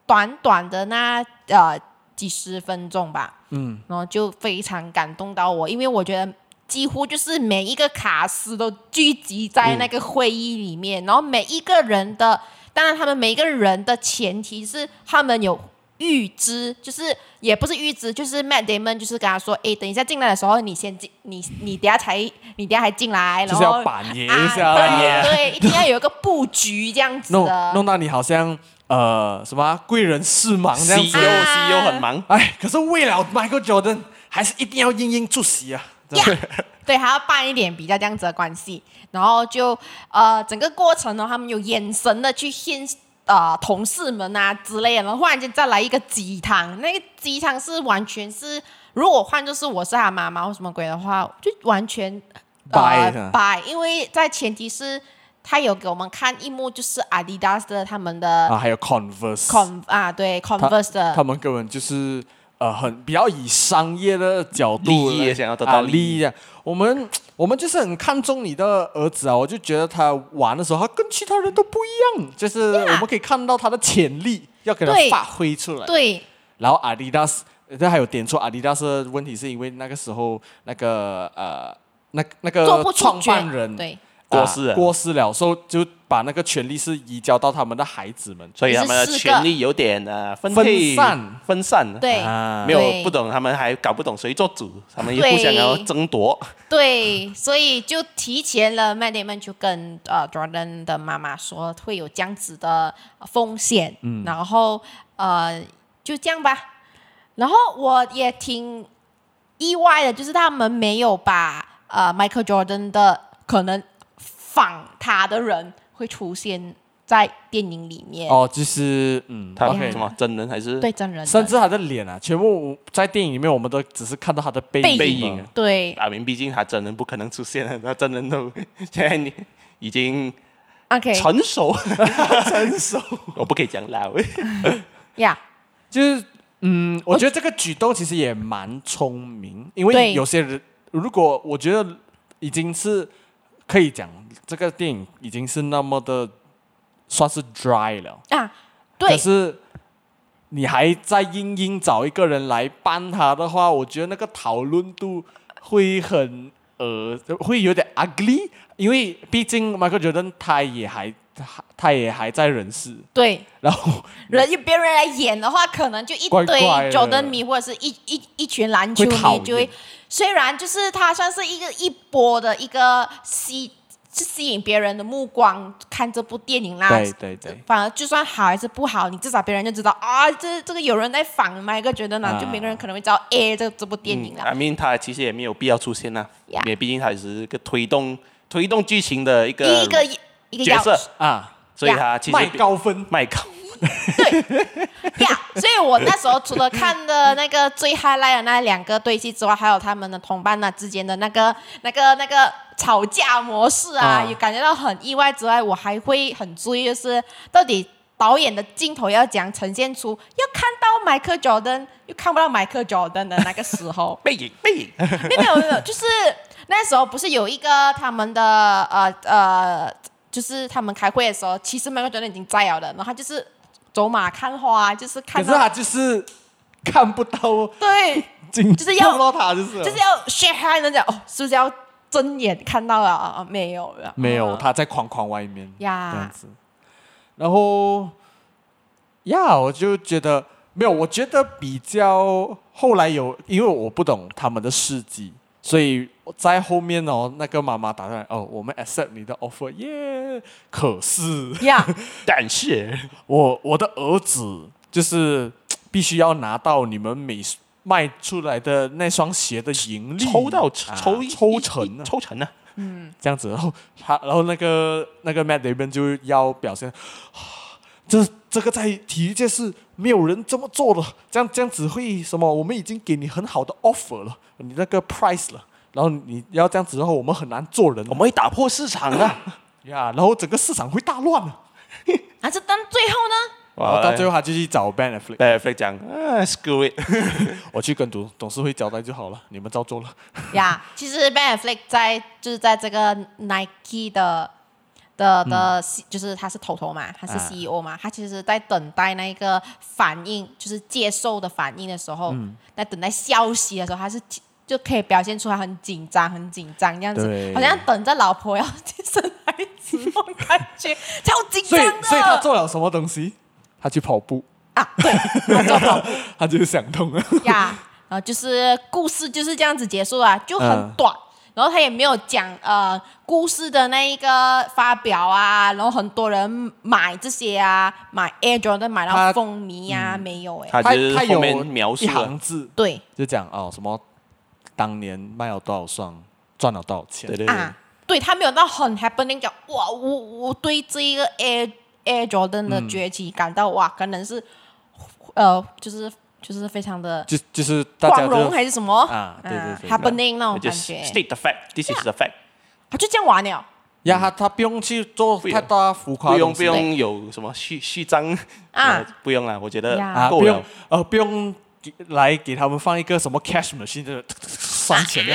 Speaker 5: 短短的那呃几十分钟吧，
Speaker 4: 嗯，
Speaker 5: 然后就非常感动到我，因为我觉得。几乎就是每一个卡司都聚集在那个会议里面，然后每一个人的，当然他们每一个人的前提是他们有预知，就是也不是预知，就是 Matt Damon 就是跟他说，诶，等一下进来的时候你先进，你你等一下才你等一下还进来，
Speaker 4: 就
Speaker 5: 然
Speaker 4: 是要
Speaker 5: 后
Speaker 4: 板爷一
Speaker 5: 啊，
Speaker 4: 下
Speaker 5: 对
Speaker 4: 啦，
Speaker 5: 对，一定要有一个布局这样子
Speaker 4: 弄
Speaker 5: 的，
Speaker 4: 弄到你好像呃什么啊贵人事忙这样
Speaker 6: CEO
Speaker 4: 子。
Speaker 5: 啊
Speaker 6: CEO E 很忙，
Speaker 4: 哎，可是为了 Michael Jordan，还是一定要英英出席啊。这样
Speaker 5: Yeah 对，还要办一点比较这样子的关系，然后就呃整个过程呢，他们有眼神的去 hint 呃同事们啊之类的，然后忽然间再来一个鸡汤，那个鸡汤是完全是，如果换就是我是他妈妈或什么鬼的话，就完全
Speaker 4: 掰
Speaker 5: 呃
Speaker 4: 的
Speaker 5: 掰，因为在前提是他有给我们看一幕，就是 Adidas 的他们
Speaker 4: 啊，
Speaker 5: 的
Speaker 4: 还有 Converse。
Speaker 5: con 啊对 Converse 的
Speaker 4: 他们根本就是呃很比较以商业的角度
Speaker 6: 利益
Speaker 4: 来
Speaker 6: 也想要得到
Speaker 4: 啊
Speaker 6: 利益
Speaker 4: 利益啊。我们我们就是很看重你的儿子啊，我就觉得他玩的时候，他跟其他人都不一样，就是我
Speaker 5: Yeah
Speaker 4: 们可以看到他的潜力，要给他
Speaker 5: 对
Speaker 4: 发挥出来。
Speaker 5: 对
Speaker 4: 然后阿迪达斯，这还有点出阿迪达斯的问题，是因为那个时候那个呃那那
Speaker 5: 做
Speaker 4: 个
Speaker 5: 不出
Speaker 4: 呃创
Speaker 5: 决
Speaker 4: 办人
Speaker 5: 对
Speaker 6: 过
Speaker 4: 啊
Speaker 6: 世了
Speaker 4: 过世了，所以就把那个权利是移交到他们的孩子们。
Speaker 6: 所以他们的
Speaker 5: 只是四个
Speaker 6: 权力有点呃分配
Speaker 4: 分散
Speaker 6: 分散了。
Speaker 5: 对、
Speaker 4: 啊
Speaker 6: 没有
Speaker 5: 对
Speaker 6: 不懂，他们还搞不懂谁做主，他们又
Speaker 5: 对
Speaker 6: 互相要争夺。
Speaker 5: 对，所以就提前了，Matt Damon 就跟呃 Jordan 的妈妈说会有这样子的风险，
Speaker 4: 嗯
Speaker 5: 然后呃就这样吧。然后我也挺意外的，就是他们没有把呃 Michael Jordan 的可能仿他的人会出现在电影里面，
Speaker 4: 哦，就是嗯，
Speaker 6: 他
Speaker 4: OK
Speaker 6: 什么真人还是
Speaker 5: 对真人的
Speaker 4: 甚至他的脸啊，全部在电影里面我们都只是看到他的背影。
Speaker 5: 背
Speaker 6: 背影？啊
Speaker 5: 对
Speaker 6: 阿明，毕竟他真人不可能出现了，他真人都现在你已经
Speaker 5: ，OK
Speaker 6: 成 熟，成熟，我不可以讲老。
Speaker 5: 呀、
Speaker 4: 就是嗯，我觉得这个举动其实也蛮聪明，因
Speaker 5: 对
Speaker 4: 为有些人如果我觉得已经是可以讲这个电影已经是那么的算是 dry 了，
Speaker 5: 啊，
Speaker 4: 可
Speaker 5: 对，
Speaker 4: 是你还在硬硬找一个人来帮他的话，我觉得那个讨论度会很呃，会有点 ugly，因为毕竟 Michael Jordan 他也还他他也还在人世，
Speaker 5: 对，
Speaker 4: 然后
Speaker 5: 人别人来演的话，可能就一
Speaker 4: 怪
Speaker 5: 堆
Speaker 4: 怪的
Speaker 5: Jordan 迷或者是一一一群篮球
Speaker 4: 会讨
Speaker 5: 迷
Speaker 4: 厌
Speaker 5: 就会，虽然就是他算是一个一波的一个吸，是吸引别人的目光看这部电影啦。
Speaker 4: 对对对
Speaker 5: 反而就算好还是不好，你至少别人就知道啊，这这个有人在仿麦克觉得呢，
Speaker 4: 啊
Speaker 5: 就每个人可能会知道 A 这这部电影啦。
Speaker 6: I mean，他其实也没有必要出现呐、因
Speaker 5: Yeah
Speaker 6: 为毕竟他只是一个推动推动剧情的
Speaker 4: 嗯
Speaker 6: 一个
Speaker 5: 一个一个
Speaker 6: 角
Speaker 5: 钥匙
Speaker 6: 色，
Speaker 4: 啊
Speaker 6: 所以
Speaker 5: Yeah
Speaker 6: 他其实
Speaker 4: 卖高分，
Speaker 6: 卖高，
Speaker 5: 呀所以我那时候除了看的那个 最 highlight 的那两个对戏之外，还有他们的同伴呢、啊之间的那个、那个、那个吵架模式啊，
Speaker 4: 啊
Speaker 5: 也感觉到很意外之外，我还会很注意，就是到底导演的镜头要讲呈现出要看到迈克 Jordan 又看不到迈克 Jordan 的那个 时候
Speaker 6: 背影背影，
Speaker 5: 没有没有没有，就是那时候不是有一个他们的呃呃，就是他们开会的时候，其实迈克 Jordan 已经在了的，然后他就是走马看花，就是
Speaker 4: 可
Speaker 5: 看
Speaker 4: 是
Speaker 5: 到
Speaker 4: 他就是看不到
Speaker 5: 对。
Speaker 4: 镜，
Speaker 5: 就是要
Speaker 4: 看不到他就是了
Speaker 5: 就是要 share 他那讲哦，是不是要睁眼看到了啊？啊没有了，
Speaker 4: 没有
Speaker 5: 嗯
Speaker 4: 他在框框外面
Speaker 5: 呀
Speaker 4: 这样子，然后呀，我就觉得没有，我觉得比较后来有，因为我不懂他们的事迹，所以在后面哦，那个妈妈打上来哦，我们 accept 你的 offer 耶、可是
Speaker 5: 呀，
Speaker 6: 但是
Speaker 4: 我我的儿子就是必须要拿到你们每卖出来的那双鞋的盈利，
Speaker 6: 抽到
Speaker 4: 啊
Speaker 6: 抽一
Speaker 4: 抽
Speaker 6: 一
Speaker 4: 成
Speaker 6: 一
Speaker 4: 啊，
Speaker 6: 抽成呢、
Speaker 4: 这样子，然后他，然后那个那个 Matt Damon 就要表现，啊这这个在体育界是没有人这么做的，这样这样子会什么？我们已经给你很好的 offer 了，你那个 price 了，然后你要这样子的话，我们很难做人
Speaker 6: 我们会打破市场啊的、
Speaker 4: 呀，然后整个市场会大乱啊。
Speaker 5: 啊，这但最后呢，
Speaker 4: 然后到最
Speaker 6: 后
Speaker 4: 后他就去找 Ben Affleck，
Speaker 6: ，Ben Affleck 讲，啊，screw it，
Speaker 4: 我去跟董董事会交代就好了，你们照做了。
Speaker 5: 呀，其实 Ben Affleck 在就是在这个 Nike 的。的的、就是他是头头嘛，他
Speaker 4: 嗯
Speaker 5: 是
Speaker 4: 啊
Speaker 5: CEO 嘛，他其实在等待那个反应，就是接受的反应的时候，
Speaker 4: 嗯
Speaker 5: 在等待消息的时候，他是就可以表现出来很紧张，很紧张这样子，
Speaker 4: 对
Speaker 5: 好像等着老婆要生孩子那种感觉，超紧
Speaker 4: 所
Speaker 5: 张
Speaker 4: 以
Speaker 5: 的。
Speaker 4: 所以他做了什么东西？他去跑步，
Speaker 5: 啊，对，他做跑步
Speaker 4: 他就是想通了。
Speaker 5: 呀，然后就是故事就是这样子结束啊，就很
Speaker 4: 嗯
Speaker 5: 短。然后他也没有讲呃故事的那一个发表啊，然后很多人买这些啊，买 Air Jordan 买到
Speaker 4: 他嗯
Speaker 5: 风靡啊，没有哎、
Speaker 6: 他
Speaker 4: 他
Speaker 6: 就是
Speaker 4: 他
Speaker 6: 后
Speaker 4: 有
Speaker 6: 面描述
Speaker 4: 一
Speaker 6: 了
Speaker 4: 行，字，
Speaker 5: 对
Speaker 4: 就讲哦什么，当年卖了多少双，赚了多少钱。
Speaker 6: 对对对，
Speaker 5: 啊，对他没有到很 happening 讲哇，我我对这一个 Air Air Jordan 的崛起感
Speaker 4: 嗯
Speaker 5: 到、哇，可能是呃就是就是非常的
Speaker 4: 就就是大家
Speaker 5: 光
Speaker 4: 就
Speaker 5: 荣还是什么
Speaker 4: 啊对对对
Speaker 5: h a p p e n i n g 那种
Speaker 6: 就
Speaker 5: 感
Speaker 6: 是
Speaker 5: 觉，
Speaker 6: state the fact，this is the fact，
Speaker 5: 他就这样玩了。
Speaker 4: 呀，他他不用去做
Speaker 6: 用
Speaker 4: 太大浮夸
Speaker 6: 不
Speaker 4: 的
Speaker 6: 用
Speaker 4: 东
Speaker 6: 不用
Speaker 4: 西，
Speaker 6: 有什么序序章
Speaker 5: 啊
Speaker 6: 呃不用了，我觉得
Speaker 5: 呀
Speaker 4: 啊，
Speaker 6: 够
Speaker 4: 不用
Speaker 6: 了。
Speaker 4: 呃不用给来给他们放一个什么 cash machine 的算钱的，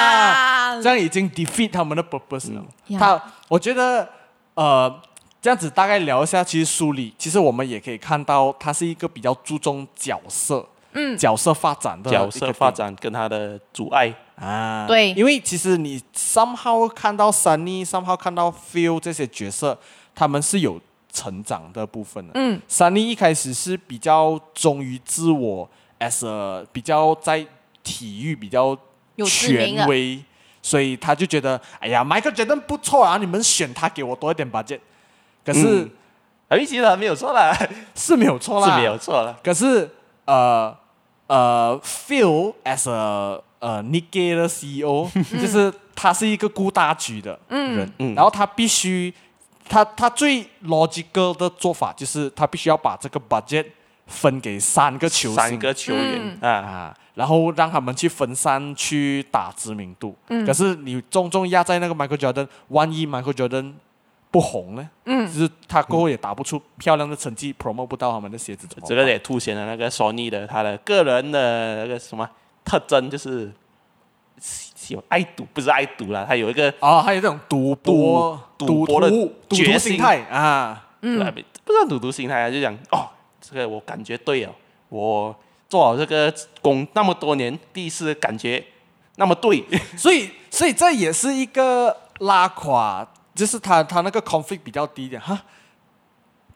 Speaker 5: 啊嗯
Speaker 4: 这样已经 defeat 他们的 purpose 了。
Speaker 5: 呀
Speaker 4: 他我觉得呃这样子大概聊一下，其实梳理，其实我们也可以看到，他是一个比较注重角色。嗯，角色发展的
Speaker 6: 角
Speaker 4: 一
Speaker 6: 色
Speaker 4: 个
Speaker 6: 发
Speaker 4: 电影
Speaker 6: 展跟他的阻碍，
Speaker 4: 啊，
Speaker 5: 对
Speaker 4: 因为其实你 somehow 看到 Sunny、somehow 看到 Phil 这些角色，他们是有成长的部分的。
Speaker 5: 嗯
Speaker 4: ，Sunny 一开始是比较忠于自我，as a 比较在体育比较
Speaker 5: 有知名的
Speaker 4: 权威，所以他就觉得，哎呀，Michael Jordan 不错啊，你们选他给我多一点 budget。可是、
Speaker 6: 嗯啊，其实他没有错 啦，是
Speaker 4: 是没有错啦，
Speaker 6: 没有错啦。
Speaker 4: 可是呃呃，Phil as a 呃 Nike 的 CEO，就是他是一个顾大局的
Speaker 6: 嗯
Speaker 4: 人，然后他必须他他最 logical 的做法就是他必须要把这个 budget 分给三个球
Speaker 6: 三
Speaker 4: 星
Speaker 6: 个球员
Speaker 5: 嗯
Speaker 6: 啊，
Speaker 4: 啊，然后让他们去分散
Speaker 6: 嗯
Speaker 4: 去打知名度。可是你重重压在那个 Michael Jordan，万一 Michael Jordan 不红呢？嗯，就是他过后也打不出漂亮的成绩，promote 不到他们的鞋子怎么办？
Speaker 6: 这个也凸显了那个 Sony 的他的个人的那个什么特征，就是喜喜欢爱赌，不是爱赌啦，他有一个
Speaker 4: 啊，还有这种赌博、
Speaker 6: 赌赌
Speaker 4: 赌
Speaker 6: 博的
Speaker 4: 徒赌徒
Speaker 6: 决
Speaker 4: 心
Speaker 6: 心
Speaker 4: 态啊，
Speaker 5: 嗯
Speaker 6: 呃不知道赌徒心态啊，就讲哦，这个我感觉对哦，我做好这个工那么多年，第一次感觉那么对，
Speaker 4: 所以所以这也是一个拉垮，就是他他那个 conflict 比较低一点哈，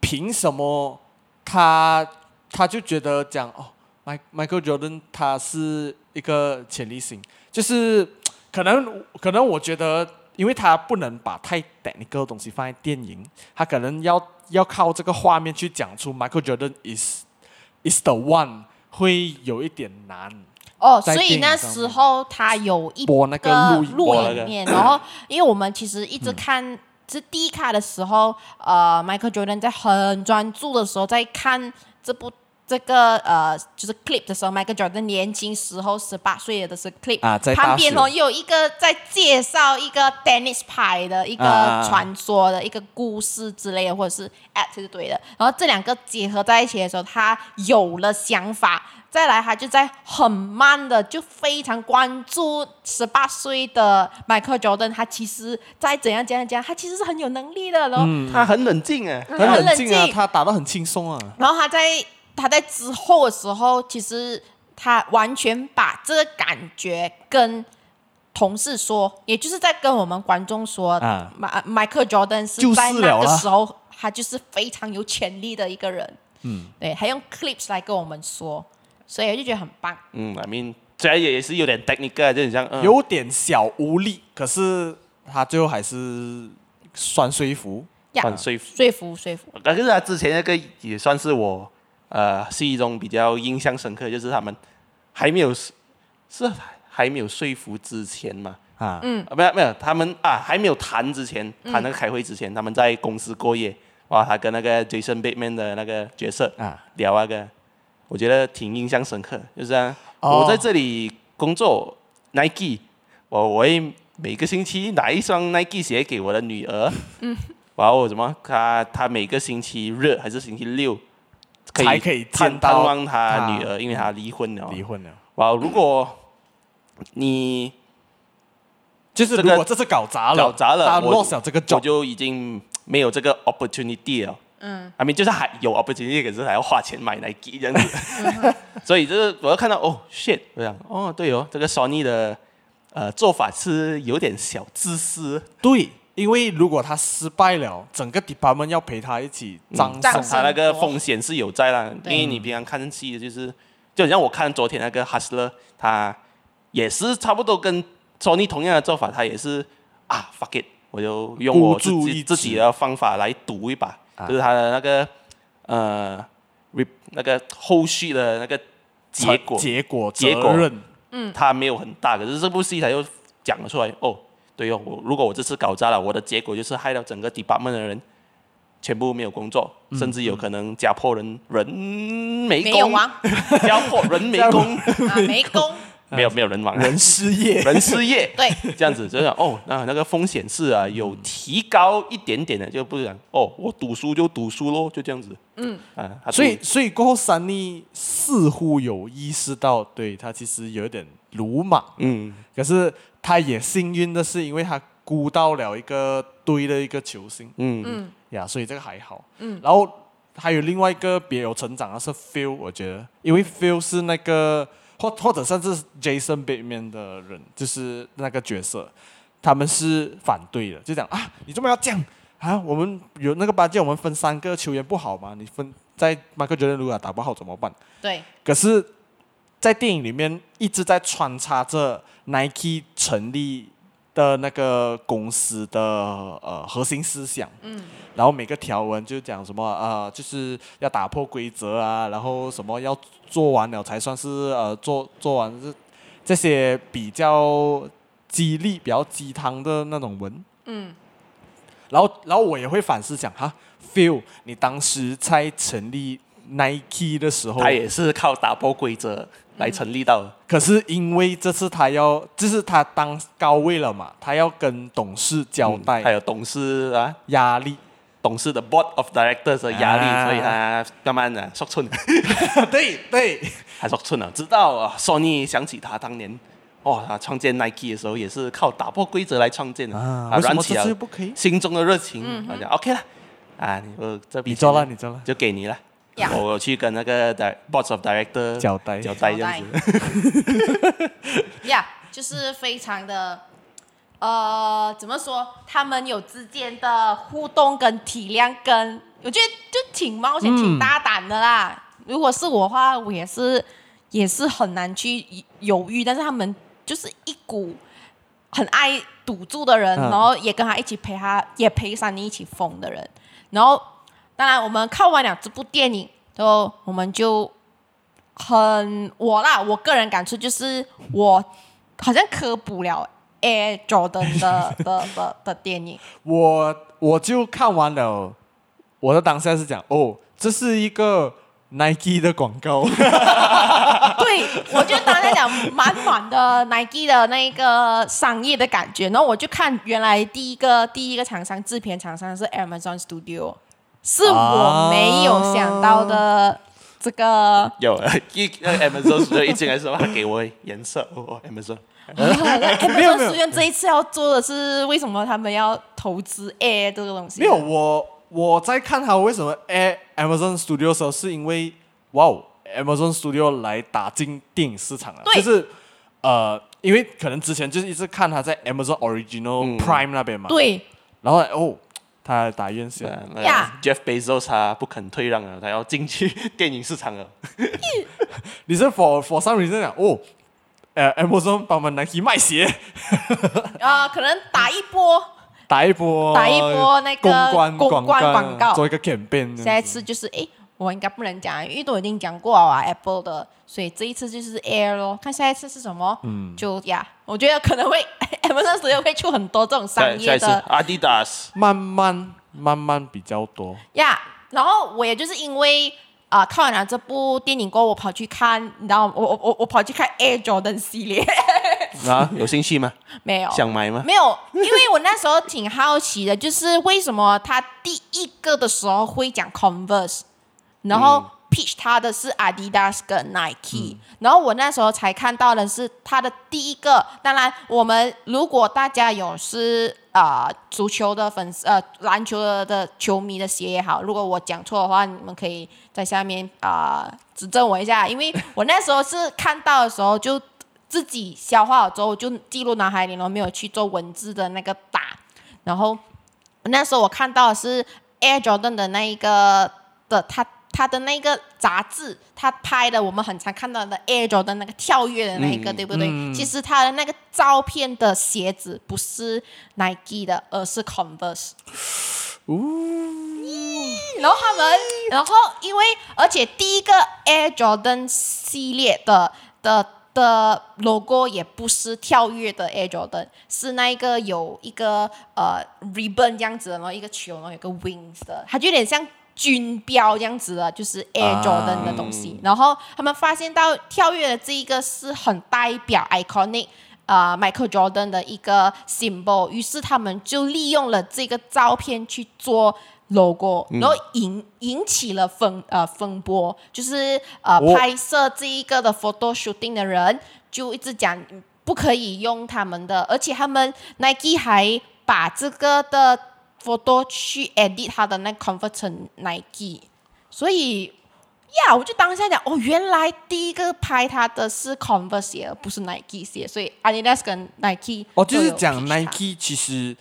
Speaker 4: 凭什么他他就觉得讲哦，Mi-，Michael Jordan 他是一个潜力型，就是可能可能我觉得，因为他不能把太 technical 的东西放在电影，他可能要要靠这个画面去讲出 Michael Jordan is is the one 会有一点难。
Speaker 5: 哦，
Speaker 4: 在
Speaker 5: 所以
Speaker 4: 电
Speaker 5: 那
Speaker 4: 影上
Speaker 5: 时
Speaker 4: 面
Speaker 5: 候他有一
Speaker 4: 播那个嗯
Speaker 5: 个
Speaker 4: 录影
Speaker 5: 录
Speaker 6: 播那
Speaker 5: 影
Speaker 6: 个
Speaker 5: 面，然后因为我们其实一直看是第一卡的时候，呃，Michael Jordan 在很专注的时候在看这部。这个呃，就是 clip 的时候，Michael Jordan 年轻时候十八岁的是 clip
Speaker 4: 啊在大
Speaker 5: 旁边
Speaker 4: 学
Speaker 5: 哦有一个在介绍一个 Dennis 牌的一个
Speaker 4: 啊
Speaker 5: 传说的一个故事之类的，或者是 act 就对的。然后这两个结合在一起的时候，他有了想法，再来他就在很慢的，就非常关注十八岁的 Michael Jordan，他其实在怎样怎样怎样，他其实是很有能力的。然
Speaker 4: 嗯
Speaker 5: 后，
Speaker 6: 他很冷静啊，
Speaker 5: 很冷
Speaker 4: 冷静啊，
Speaker 5: 静
Speaker 4: 他打到很轻松啊。
Speaker 5: 然后他在他在之后的时候，其实他完全把这个感觉跟。同事说，也就是在跟我们观众说，
Speaker 4: 啊
Speaker 5: 迈迈克 Jordan
Speaker 4: 就是是
Speaker 5: 在那
Speaker 4: 了
Speaker 5: 个
Speaker 4: 啦
Speaker 5: 时候，他就是非常有潜力的一个人。嗯，对，还用 clips 来跟我们说，所以我就觉得很棒。
Speaker 6: 嗯，I mean，虽然也是有点 technical，就很像、嗯、
Speaker 4: 有点小无力，可是他最后还是算说服。
Speaker 5: 呀，
Speaker 6: 很说服。
Speaker 5: 说服说服，
Speaker 6: 可是他之前那个也算是我呃记忆中比较印象深刻，就是他们还没有是是还没有说服之前嘛，
Speaker 4: 啊，
Speaker 6: 嗯，没有没有，他们啊还没有谈之前，谈那个开会之前，他们在公司过夜，哇，他跟那个 Jason Bateman 的那个角色
Speaker 4: 啊
Speaker 6: 聊那个，我觉得挺印象深刻，就是、啊
Speaker 4: 哦
Speaker 6: 我在这里工作 Nike，我我会每个星期拿一双 Nike 鞋给我的女儿，
Speaker 4: 嗯
Speaker 6: 然后什么，他他每个星期日还是星期六，
Speaker 4: 才可以
Speaker 6: 探探
Speaker 4: 见到
Speaker 6: 望他
Speaker 4: 他
Speaker 6: 女儿，因为他离婚了，
Speaker 4: 离婚了，
Speaker 6: 哇，如果你
Speaker 4: 就是
Speaker 6: 这
Speaker 4: 如
Speaker 6: 个
Speaker 4: 果这次搞砸了，
Speaker 6: 搞砸了，
Speaker 4: 他
Speaker 6: 我
Speaker 4: lost 了这个
Speaker 6: 我
Speaker 4: job，
Speaker 6: 就已经没有这个 opportunity 了。嗯，I mean 就是还有 opportunity，可是还要花钱买 Nike 这样子， 所以就是我要看到哦 shit，我想哦对哦，这个 Sony 的呃做法是有点小自私，
Speaker 4: 对，因为如果他失败了，整个 department 要陪他一起嗯葬
Speaker 5: 葬
Speaker 4: 送。
Speaker 5: 送
Speaker 6: 他那个风险是有在啦，因
Speaker 5: 对
Speaker 6: 为你平常看戏就是，就很像我看昨天那个 Hustler，他也是差不多跟 Sony 同样的做法，他也是啊 fuck it，我就用我自
Speaker 4: 孤注一
Speaker 6: 己
Speaker 4: 掷啊
Speaker 6: 自己的方法来赌一把，就是他的那个呃 re, 那个后续的那个结果，
Speaker 4: 结果嗯
Speaker 6: 结果
Speaker 4: 责任
Speaker 6: 他没有很大，可是这部戏他又讲了出来，哦，对哦，我如果我这次搞砸了，我的结果就是害到整个 department 的人全部没有工作，甚至有可能家破人人没
Speaker 5: 没
Speaker 6: 工，
Speaker 5: 有王
Speaker 6: 家破人没工，
Speaker 5: 啊，没功，
Speaker 6: 没有没有人亡，
Speaker 4: 人失业，
Speaker 6: 人失业，
Speaker 5: 对，
Speaker 6: 这样子就是讲哦，那那个风险是啊有提高一点点的，就不是讲哦，我赌输就赌输咯，就这样子，嗯啊，他赌
Speaker 4: 所以所以过后，三妮似乎有意识到，对他其实有点鲁莽，
Speaker 6: 嗯
Speaker 4: 可是他也幸运的是，因为他估到了一个对的一个球星。
Speaker 6: 嗯
Speaker 4: 呀，所以这个还好。嗯，然后还有另外一个别有成长的是 Phil，我觉得，因为 Phil 是那个或或者甚至是 Jason Bateman 的人，就是那个角色，他们是反对的，就讲啊，你怎么要这样啊？我们有那个八戒，我们分三个球员不好吗？你分在 Michael Jordan 如果打不好怎么办？
Speaker 5: 对，
Speaker 4: 可是，在电影里面一直在穿插着 Nike 成立的那个公司的呃核心思想，嗯，然后每个条文就讲什么呃，就是要打破规则啊，然后什么要做完了才算是呃做做完这这些比较激励、比较鸡汤的那种文，嗯，然后然后我也会反思讲哈，Phil，你当时在成立 Nike 的时候，
Speaker 6: 他也是靠打破规则来成立到的。
Speaker 4: 可是因为这次他要，就是他当高位了嘛，他要跟董事交代、
Speaker 6: 嗯还有董事啊，
Speaker 4: 压力，
Speaker 6: 董事的 board of directors 的压力，
Speaker 4: 啊
Speaker 6: 所以他慢啊慢的受 寸，
Speaker 4: 对对，
Speaker 6: 他受寸了。直到啊，Sony 想起他当年，哦，他创建 Nike 的时候也是靠打破规则来创建的，
Speaker 4: 啊
Speaker 6: 他
Speaker 4: 为什
Speaker 6: 燃
Speaker 4: 么
Speaker 6: 起
Speaker 4: 这次
Speaker 6: 了
Speaker 4: 不可以
Speaker 6: 心中的热情，他讲 OK 了，啊，你我这笔
Speaker 4: 你做了，
Speaker 6: 钱
Speaker 4: 你做了，
Speaker 6: 就给你了。
Speaker 5: 呀
Speaker 6: 我我去跟那个 di- board of director
Speaker 4: 交代
Speaker 6: 交代这样子，
Speaker 5: 呀就是非常的，呃，怎么说？他们有之间的互动跟体谅跟，我觉得就挺冒险、挺大胆的啦。如果是我的话，我也是也是很难去犹豫，但是他们就是一股很爱赌注的人，
Speaker 4: 嗯
Speaker 5: 然后也跟他一起陪他，也陪珊妮一起疯的人。然后，当然我们看完了这部电影，然后我们就很我啦，我个人感触就是我好像科普了 Air Jordan 的的的的电影，
Speaker 4: 我我就看完了，我的当下是讲哦，这是一个 Nike 的广告，
Speaker 5: 对我就当在讲满满的 Nike 的那个商业的感觉，然后我就看原来第一个第一个厂商制片厂商是 Amazon Studio，是我没有想到的这 个。
Speaker 6: 有 一呃 Amazon 就一进来说他啊给我颜色，哦哦 Amazon，
Speaker 5: 没
Speaker 4: 有
Speaker 5: 有
Speaker 4: 没
Speaker 5: 没
Speaker 4: 有
Speaker 5: 有，这一次要做的是为什么他们要投资 Air 这个东西？
Speaker 4: 没有，我我在看他为什么 A Amazon Studio 的时候，是因为哇哦，Amazon Studio 来打进电影市场了，
Speaker 5: 对
Speaker 4: 就是呃，因为可能之前就是一直看他在 Amazon Original Prime 那边嘛，，
Speaker 5: 对，
Speaker 4: 然后哦，他打院
Speaker 6: 对
Speaker 4: 线
Speaker 6: 啊，那
Speaker 5: 呀
Speaker 6: Jeff Bezos 他不肯退让啊了，他要进去 电影市场了。啊
Speaker 4: 你是 for for some reason 讲哦，呃，Amazon 帮忙 Nike 卖鞋，
Speaker 5: 啊，可能打一波，
Speaker 4: 打一波，
Speaker 5: 打一波那个
Speaker 4: 公关
Speaker 5: 公
Speaker 4: 广
Speaker 5: 关广告
Speaker 4: 做一个 campaign，这
Speaker 6: 嗯
Speaker 5: 下一
Speaker 4: 样子
Speaker 5: 次就是诶，我应该不能讲，因为都已经讲过了啊，Apple 的，所以这一次就是 Air 咯，看下一次是什么，嗯，就呀，我觉得可能会 Amazon 所有会出很多这种商
Speaker 6: 对，下
Speaker 5: 业
Speaker 6: 一次
Speaker 5: 的
Speaker 6: Adidas
Speaker 4: 慢慢慢慢比较多，
Speaker 5: 呀，然后我也就是因为。啊、看完了这部电影过后，我跑去看，你知道吗，我我我我跑去看 Air Jordan 系列，
Speaker 6: 啊，有兴趣吗？
Speaker 5: 没有，
Speaker 6: 想买吗？
Speaker 5: 没有，因为我那时候挺好奇的，就是为什么他第一个的时候会讲 Converse，然后 pitch 他的是 Adidas 跟 Nike，、然后我那时候才看到的是他的第一个。当然，我们如果大家有是呃足球的粉丝呃篮球的的球迷的鞋也好，如果我讲错的话，你们可以在下面啊、呃指正我一下，因为我那时候是看到的时候就自己消化了之后，就记录脑海里，然后没有去做文字的那个打。然后那时候我看到的是 Air Jordan 的那一个的他他的那个杂志，他拍的我们很常看到的 Air Jordan 那个跳跃的那一个，对不对？其实他的那个照片的鞋子不是 Nike 的，而是 Converse。然后他们，然后因为而且第一个 Air Jordan 系列的的的 logo 也不是跳跃的 Air Jordan，是那一个有一个呃 ribbon 这样子的，然后一个球，然后有个 wings 的，它就有点像。军标这样子的，就是 Air Jordan 的东西。然后他们发现到跳跃的这一个是很代表 iconic 呃 Michael Jordan 的一个 symbol，于是他们就利用了这个照片去做 logo，、然后引引起了风呃风波，就是呃、
Speaker 4: 哦
Speaker 5: 拍摄这一个的 photo shooting 的人就一直讲嗯不可以用他们的，而且他们 Nike 还把这个的 photo 去 edit 他的那 convert 成 Nike，所以。呀我就当下讲，哦，原来第一个拍他的是 Converse 鞋，而不是 Nike 鞋，所以 Adidas 跟 Nike
Speaker 4: 哦，就是
Speaker 5: 都有
Speaker 4: 讲
Speaker 5: pitch 它
Speaker 4: Nike 其实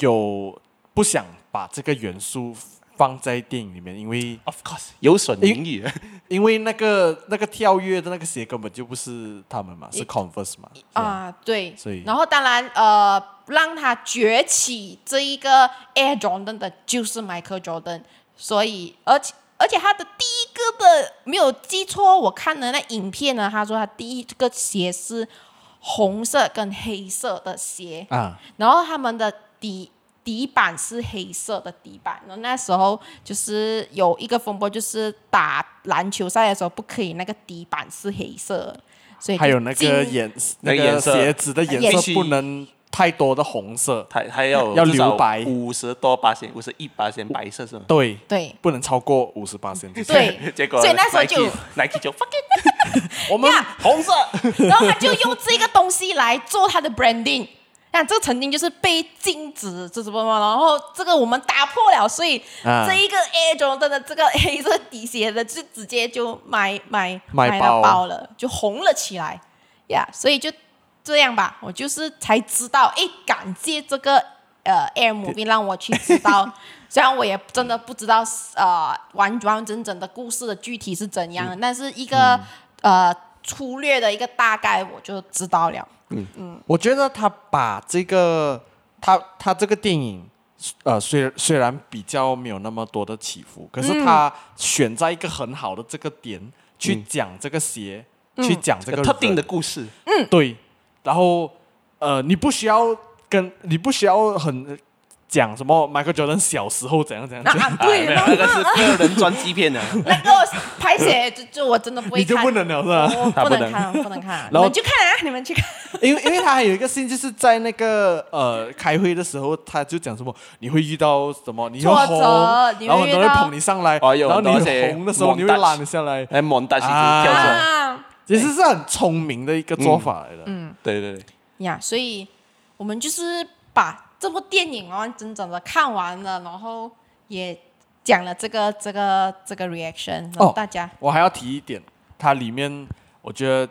Speaker 4: 有不想把这个元素放在电影里面，因为
Speaker 5: 哦
Speaker 6: Of course，有损名誉。
Speaker 4: 因为那个那个跳跃的那个鞋根本就不是他们嘛，是 Converse 嘛，啊，
Speaker 5: 啊，对，
Speaker 4: 所以
Speaker 5: 然后当然呃，让他崛起这一个 Air Jordan 的就是 Michael Jordan，所以而且而且他的第一个的没有记错，我看了那影片呢，他说他第一个鞋是红色跟黑色的鞋，
Speaker 4: 啊，
Speaker 5: 然后他们的底底板是黑色的底板。然后那时候就是有一个风波，就是打篮球赛的时候不可以那个底板是黑色，所以就
Speaker 4: 还有那个
Speaker 5: 禁
Speaker 4: 颜
Speaker 6: 那
Speaker 4: 那
Speaker 6: 个
Speaker 4: 个
Speaker 6: 颜色
Speaker 4: 鞋子的颜
Speaker 5: 颜
Speaker 4: 色
Speaker 6: 色
Speaker 4: 不能太多的红色，
Speaker 6: 它它要
Speaker 4: 要留白
Speaker 6: 五十多八千，五十一八千白色是吗？，
Speaker 4: 对，
Speaker 5: 对
Speaker 4: 不能超过五十八先。
Speaker 5: 对
Speaker 6: 结果
Speaker 5: 所以那时候就
Speaker 6: Nike Nike 就 fuck it，
Speaker 4: 我们
Speaker 5: 呀
Speaker 6: 红色，
Speaker 5: 然后他就用这个东西来做他的 branding。那这曾经就是被禁止，这什么么，然后这个我们打破了，所以
Speaker 4: 啊
Speaker 5: 这一个 Air Jordan 的这个黑色底鞋的，就直接就买买
Speaker 4: 买爆
Speaker 5: 到
Speaker 4: 啊
Speaker 5: 爆了，就红了起来呀。所以就这样吧，我就是才知道，哎，感谢这个呃 Air Movie 让我去 知道，虽然我也真的不知道呃完完整整的故事的具体是怎样的，但是一个、
Speaker 4: 嗯
Speaker 5: 呃粗略的一个大概我就知道 了。
Speaker 4: 我觉得他把这个他他这个电影，呃，虽虽然比较没有那么多的起伏，可是他
Speaker 5: 嗯
Speaker 4: 选在一个很好的这个点去讲这个鞋，
Speaker 5: 嗯
Speaker 4: 去讲这个
Speaker 6: 特定的
Speaker 4: 人
Speaker 6: 故事，
Speaker 4: 对，然后呃，你不需要跟你不需要很讲什么 Michael Jordan 小时候怎样怎样
Speaker 5: 那
Speaker 4: 怎样，
Speaker 5: 啊，
Speaker 6: 哎
Speaker 5: 对，
Speaker 6: 没
Speaker 5: 然
Speaker 6: 有
Speaker 5: 后
Speaker 6: 那个是个人专辑 片的，
Speaker 5: 那个拍写就就 我真的不会
Speaker 4: 你就
Speaker 5: 看，
Speaker 4: 不能了是吧？
Speaker 5: 我
Speaker 6: 他
Speaker 5: 不
Speaker 6: 不
Speaker 5: 能
Speaker 6: 能
Speaker 5: 看，我不能看，你
Speaker 4: 然后
Speaker 5: 们去看啊，你们去看。
Speaker 4: 因为因为他还有一个信，就是在那个呃开会的时候，他就讲什么你会遇到什么，你
Speaker 5: 挫
Speaker 4: 会
Speaker 5: 折
Speaker 4: 红，
Speaker 5: 你会
Speaker 4: 然后很多
Speaker 5: 遇
Speaker 4: 人
Speaker 5: 到
Speaker 4: 捧你上来，
Speaker 6: 哦有
Speaker 4: 然后你
Speaker 6: 很多那些
Speaker 4: 红的时候你会
Speaker 6: montage
Speaker 4: 拉你下来，
Speaker 6: 哎，蒙大西就
Speaker 4: 啊
Speaker 6: 跳出来，
Speaker 5: 啊
Speaker 4: 其
Speaker 6: 嗯
Speaker 4: 实是很聪明的一个做法来的。
Speaker 5: 嗯
Speaker 6: 对对对，
Speaker 5: 呀，所以我们就是把这部电影完完整整的看完了，然后也讲了这个这个这个 reaction，然后
Speaker 4: 哦
Speaker 5: 大家
Speaker 4: 我还要提一点，它里面我觉得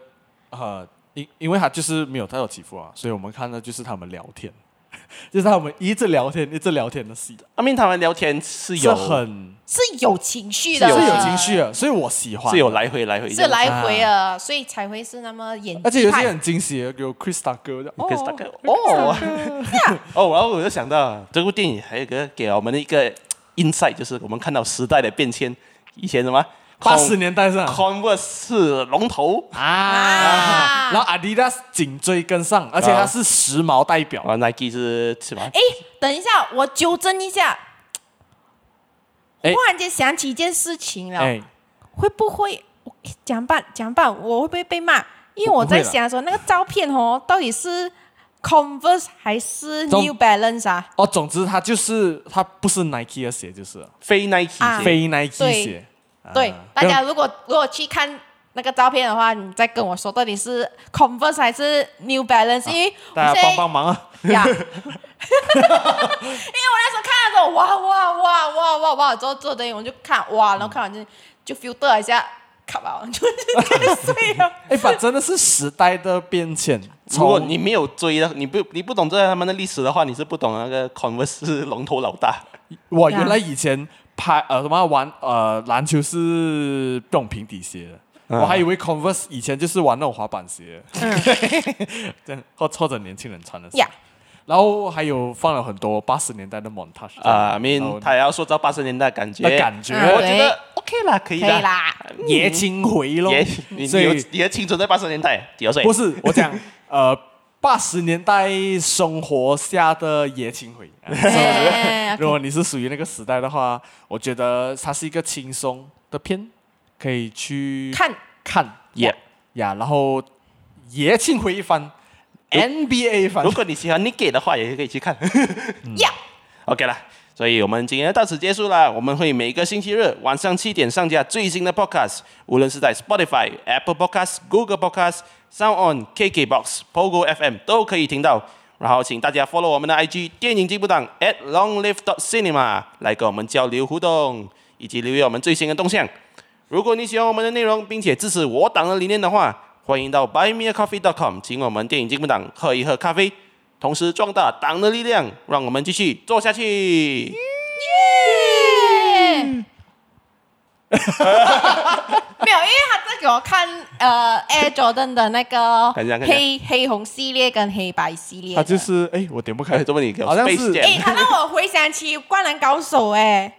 Speaker 4: 呃，因因为它就是没有太有起伏啊，所以我们看的就是他们聊天， 就是他们一直聊天一直聊天的戏，
Speaker 6: 阿明他们聊天是
Speaker 4: 是
Speaker 6: 有
Speaker 4: 很
Speaker 5: 是有情绪
Speaker 4: 是
Speaker 5: 的，
Speaker 4: 有情绪，的，所以我喜欢，
Speaker 6: 是有来回来回，
Speaker 5: 是来回啊，所以才会是那么演技派，
Speaker 4: 而且有些很惊喜的，有 Krista 哥 的，哦
Speaker 6: 可是大概哦 哦，然后我就想到这部电影还有一个给我们的一个 insight，就是我们看到时代的变迁，以前什么
Speaker 4: 八十年代上
Speaker 6: Converse 是龙头
Speaker 5: 啊
Speaker 4: 然后 Adidas 紧追跟上，而且它是时髦代表。
Speaker 6: 啊，Nike 是什么？
Speaker 5: 哎，等一下，我纠正一下。忽
Speaker 4: 哎
Speaker 5: 然间想起一件事情了，
Speaker 4: 哎，
Speaker 5: 会不会我诶讲办讲办，我会不会被骂？因为我在
Speaker 4: 不会啦
Speaker 5: 想说那个照片哦，到底是 Converse 还是
Speaker 4: 中
Speaker 5: New Balance 啊？
Speaker 4: 哦，总之它就是它不是 Nike 的鞋，就是了
Speaker 6: 非 Nike
Speaker 5: 啊
Speaker 6: 鞋
Speaker 4: 非 Nike
Speaker 5: 对
Speaker 4: 鞋。
Speaker 5: 对，大
Speaker 4: 不
Speaker 5: 家
Speaker 4: 用
Speaker 5: 如果如果去看那个照片的话，你再跟我说到底是 Converse 还是 New Balance，、因为我
Speaker 4: 啊大
Speaker 5: 现
Speaker 4: 家帮
Speaker 5: 在
Speaker 4: 帮忙啊！
Speaker 5: 呀，因为我那时候看的时候，哇哇哇哇哇哇，之后之后等于我就看哇，然后看完就就 filter 一下，看完就就就睡 了。
Speaker 4: 哎，反真的是时代的变迁。
Speaker 6: 如果
Speaker 4: 从
Speaker 6: 你没有追的，你不你不懂这他们的历史的话，你是不懂那个 Converse 是龙头老大。
Speaker 4: 我
Speaker 5: 呀
Speaker 4: 原来以前拍呃什么玩呃篮球是这种平底鞋的，
Speaker 6: 啊
Speaker 4: 我还以为 Converse 以前就是玩那种滑板鞋， 这样或或者年轻人穿的鞋。
Speaker 5: 嗯呀，
Speaker 4: 然后还有放了很多八十年代的 montage
Speaker 6: 啊，I
Speaker 4: 然后
Speaker 6: mean，他也要塑造八十年代的感觉
Speaker 4: 的哦感觉，
Speaker 5: 嗯
Speaker 6: 我觉得 OK 啦，可以
Speaker 5: 可
Speaker 4: 啊
Speaker 6: 的。
Speaker 5: 以啦，
Speaker 4: 爷青回咯
Speaker 6: 也，你
Speaker 4: 所
Speaker 6: 你有
Speaker 4: 以
Speaker 6: 你的青春在八十年代几多岁？
Speaker 4: 不是我讲呃 八十年代生活下的爷青回。 啊
Speaker 5: 哎
Speaker 4: 如果你是属于那个时代的话，我觉得它是一个轻松的片，可以去
Speaker 5: 看
Speaker 4: 看
Speaker 6: 也。
Speaker 4: 呀，然后爷青回一番，NBA 一番
Speaker 6: 如。果你喜欢 Nike 的话，也可以去看。
Speaker 5: 呀，
Speaker 6: OK 啦，所以我们今天到此结束啦。我们会每个星期日晚上七点上架最新的 Podcast，无论是在 Spotify、Apple Podcast、Google Podcast、Sound On、KKBox、Pogo FM 都可以听到。然后请大家 follow 我们的 IG 电影进步党 at longlive dot cinema 来跟我们交流互动，以及留意我们最新的动向。如果你喜欢我们的内容，并且支持我党的理念的话，欢迎到 buymeacoffee.com 请我们电影进步党喝一喝咖啡，同时壮大党的力量，让我们继续做下去。
Speaker 5: 耶 没有，因为他在给我看呃 Air Jordan 的那个
Speaker 6: 看一下看一下
Speaker 5: 黑黑红系列跟黑白系列的，
Speaker 4: 它就是哎，我点不
Speaker 6: 哎，
Speaker 4: 开，
Speaker 6: 怎么你给我
Speaker 4: 好像
Speaker 6: Space
Speaker 4: 是
Speaker 5: 哎，
Speaker 6: Jam
Speaker 5: 他让我回想起《灌篮高手》哎，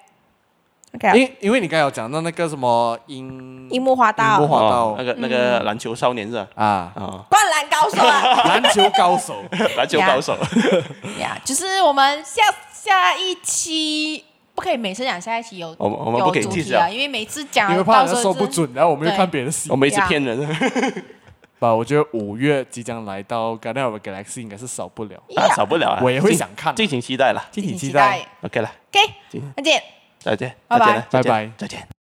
Speaker 5: OK 啊，
Speaker 4: 因因为你刚才有讲到那个什么樱
Speaker 5: 樱木花道
Speaker 4: 樱木花道
Speaker 6: 哦那个那个篮球少年是吧？
Speaker 4: 啊，
Speaker 6: 啊，
Speaker 5: 灌篮高 手啊
Speaker 4: 篮球高手
Speaker 6: 篮球高手，
Speaker 5: 呀就是我们下下一期不可以每次讲下一期有
Speaker 6: 我们我们
Speaker 5: 有
Speaker 6: 不可以
Speaker 5: 主
Speaker 6: 记
Speaker 5: 题
Speaker 6: 着
Speaker 5: 啊，因为每次讲
Speaker 4: 因为怕
Speaker 5: 到
Speaker 4: 人
Speaker 5: 时
Speaker 4: 家
Speaker 5: 候
Speaker 4: 说不
Speaker 5: 是
Speaker 4: 准，然后我们又
Speaker 5: 对
Speaker 4: 看别人 戏
Speaker 6: 我。们一直
Speaker 5: 呀
Speaker 6: 骗人。
Speaker 4: 吧，我觉得五月即将来到 g a r d e n of the Galaxy 应该是少不了，
Speaker 6: 啊，少不了啊，
Speaker 4: 我也会
Speaker 6: 敬
Speaker 4: 想看
Speaker 6: 敬请期待了。
Speaker 4: 敬请
Speaker 5: 敬请
Speaker 4: 期
Speaker 5: 期
Speaker 4: 待
Speaker 5: 待。
Speaker 6: OK 了，
Speaker 5: OK，再见。
Speaker 6: 再见，
Speaker 5: 拜
Speaker 6: 再见
Speaker 5: 拜
Speaker 6: 了再见
Speaker 4: 拜拜
Speaker 6: 再见。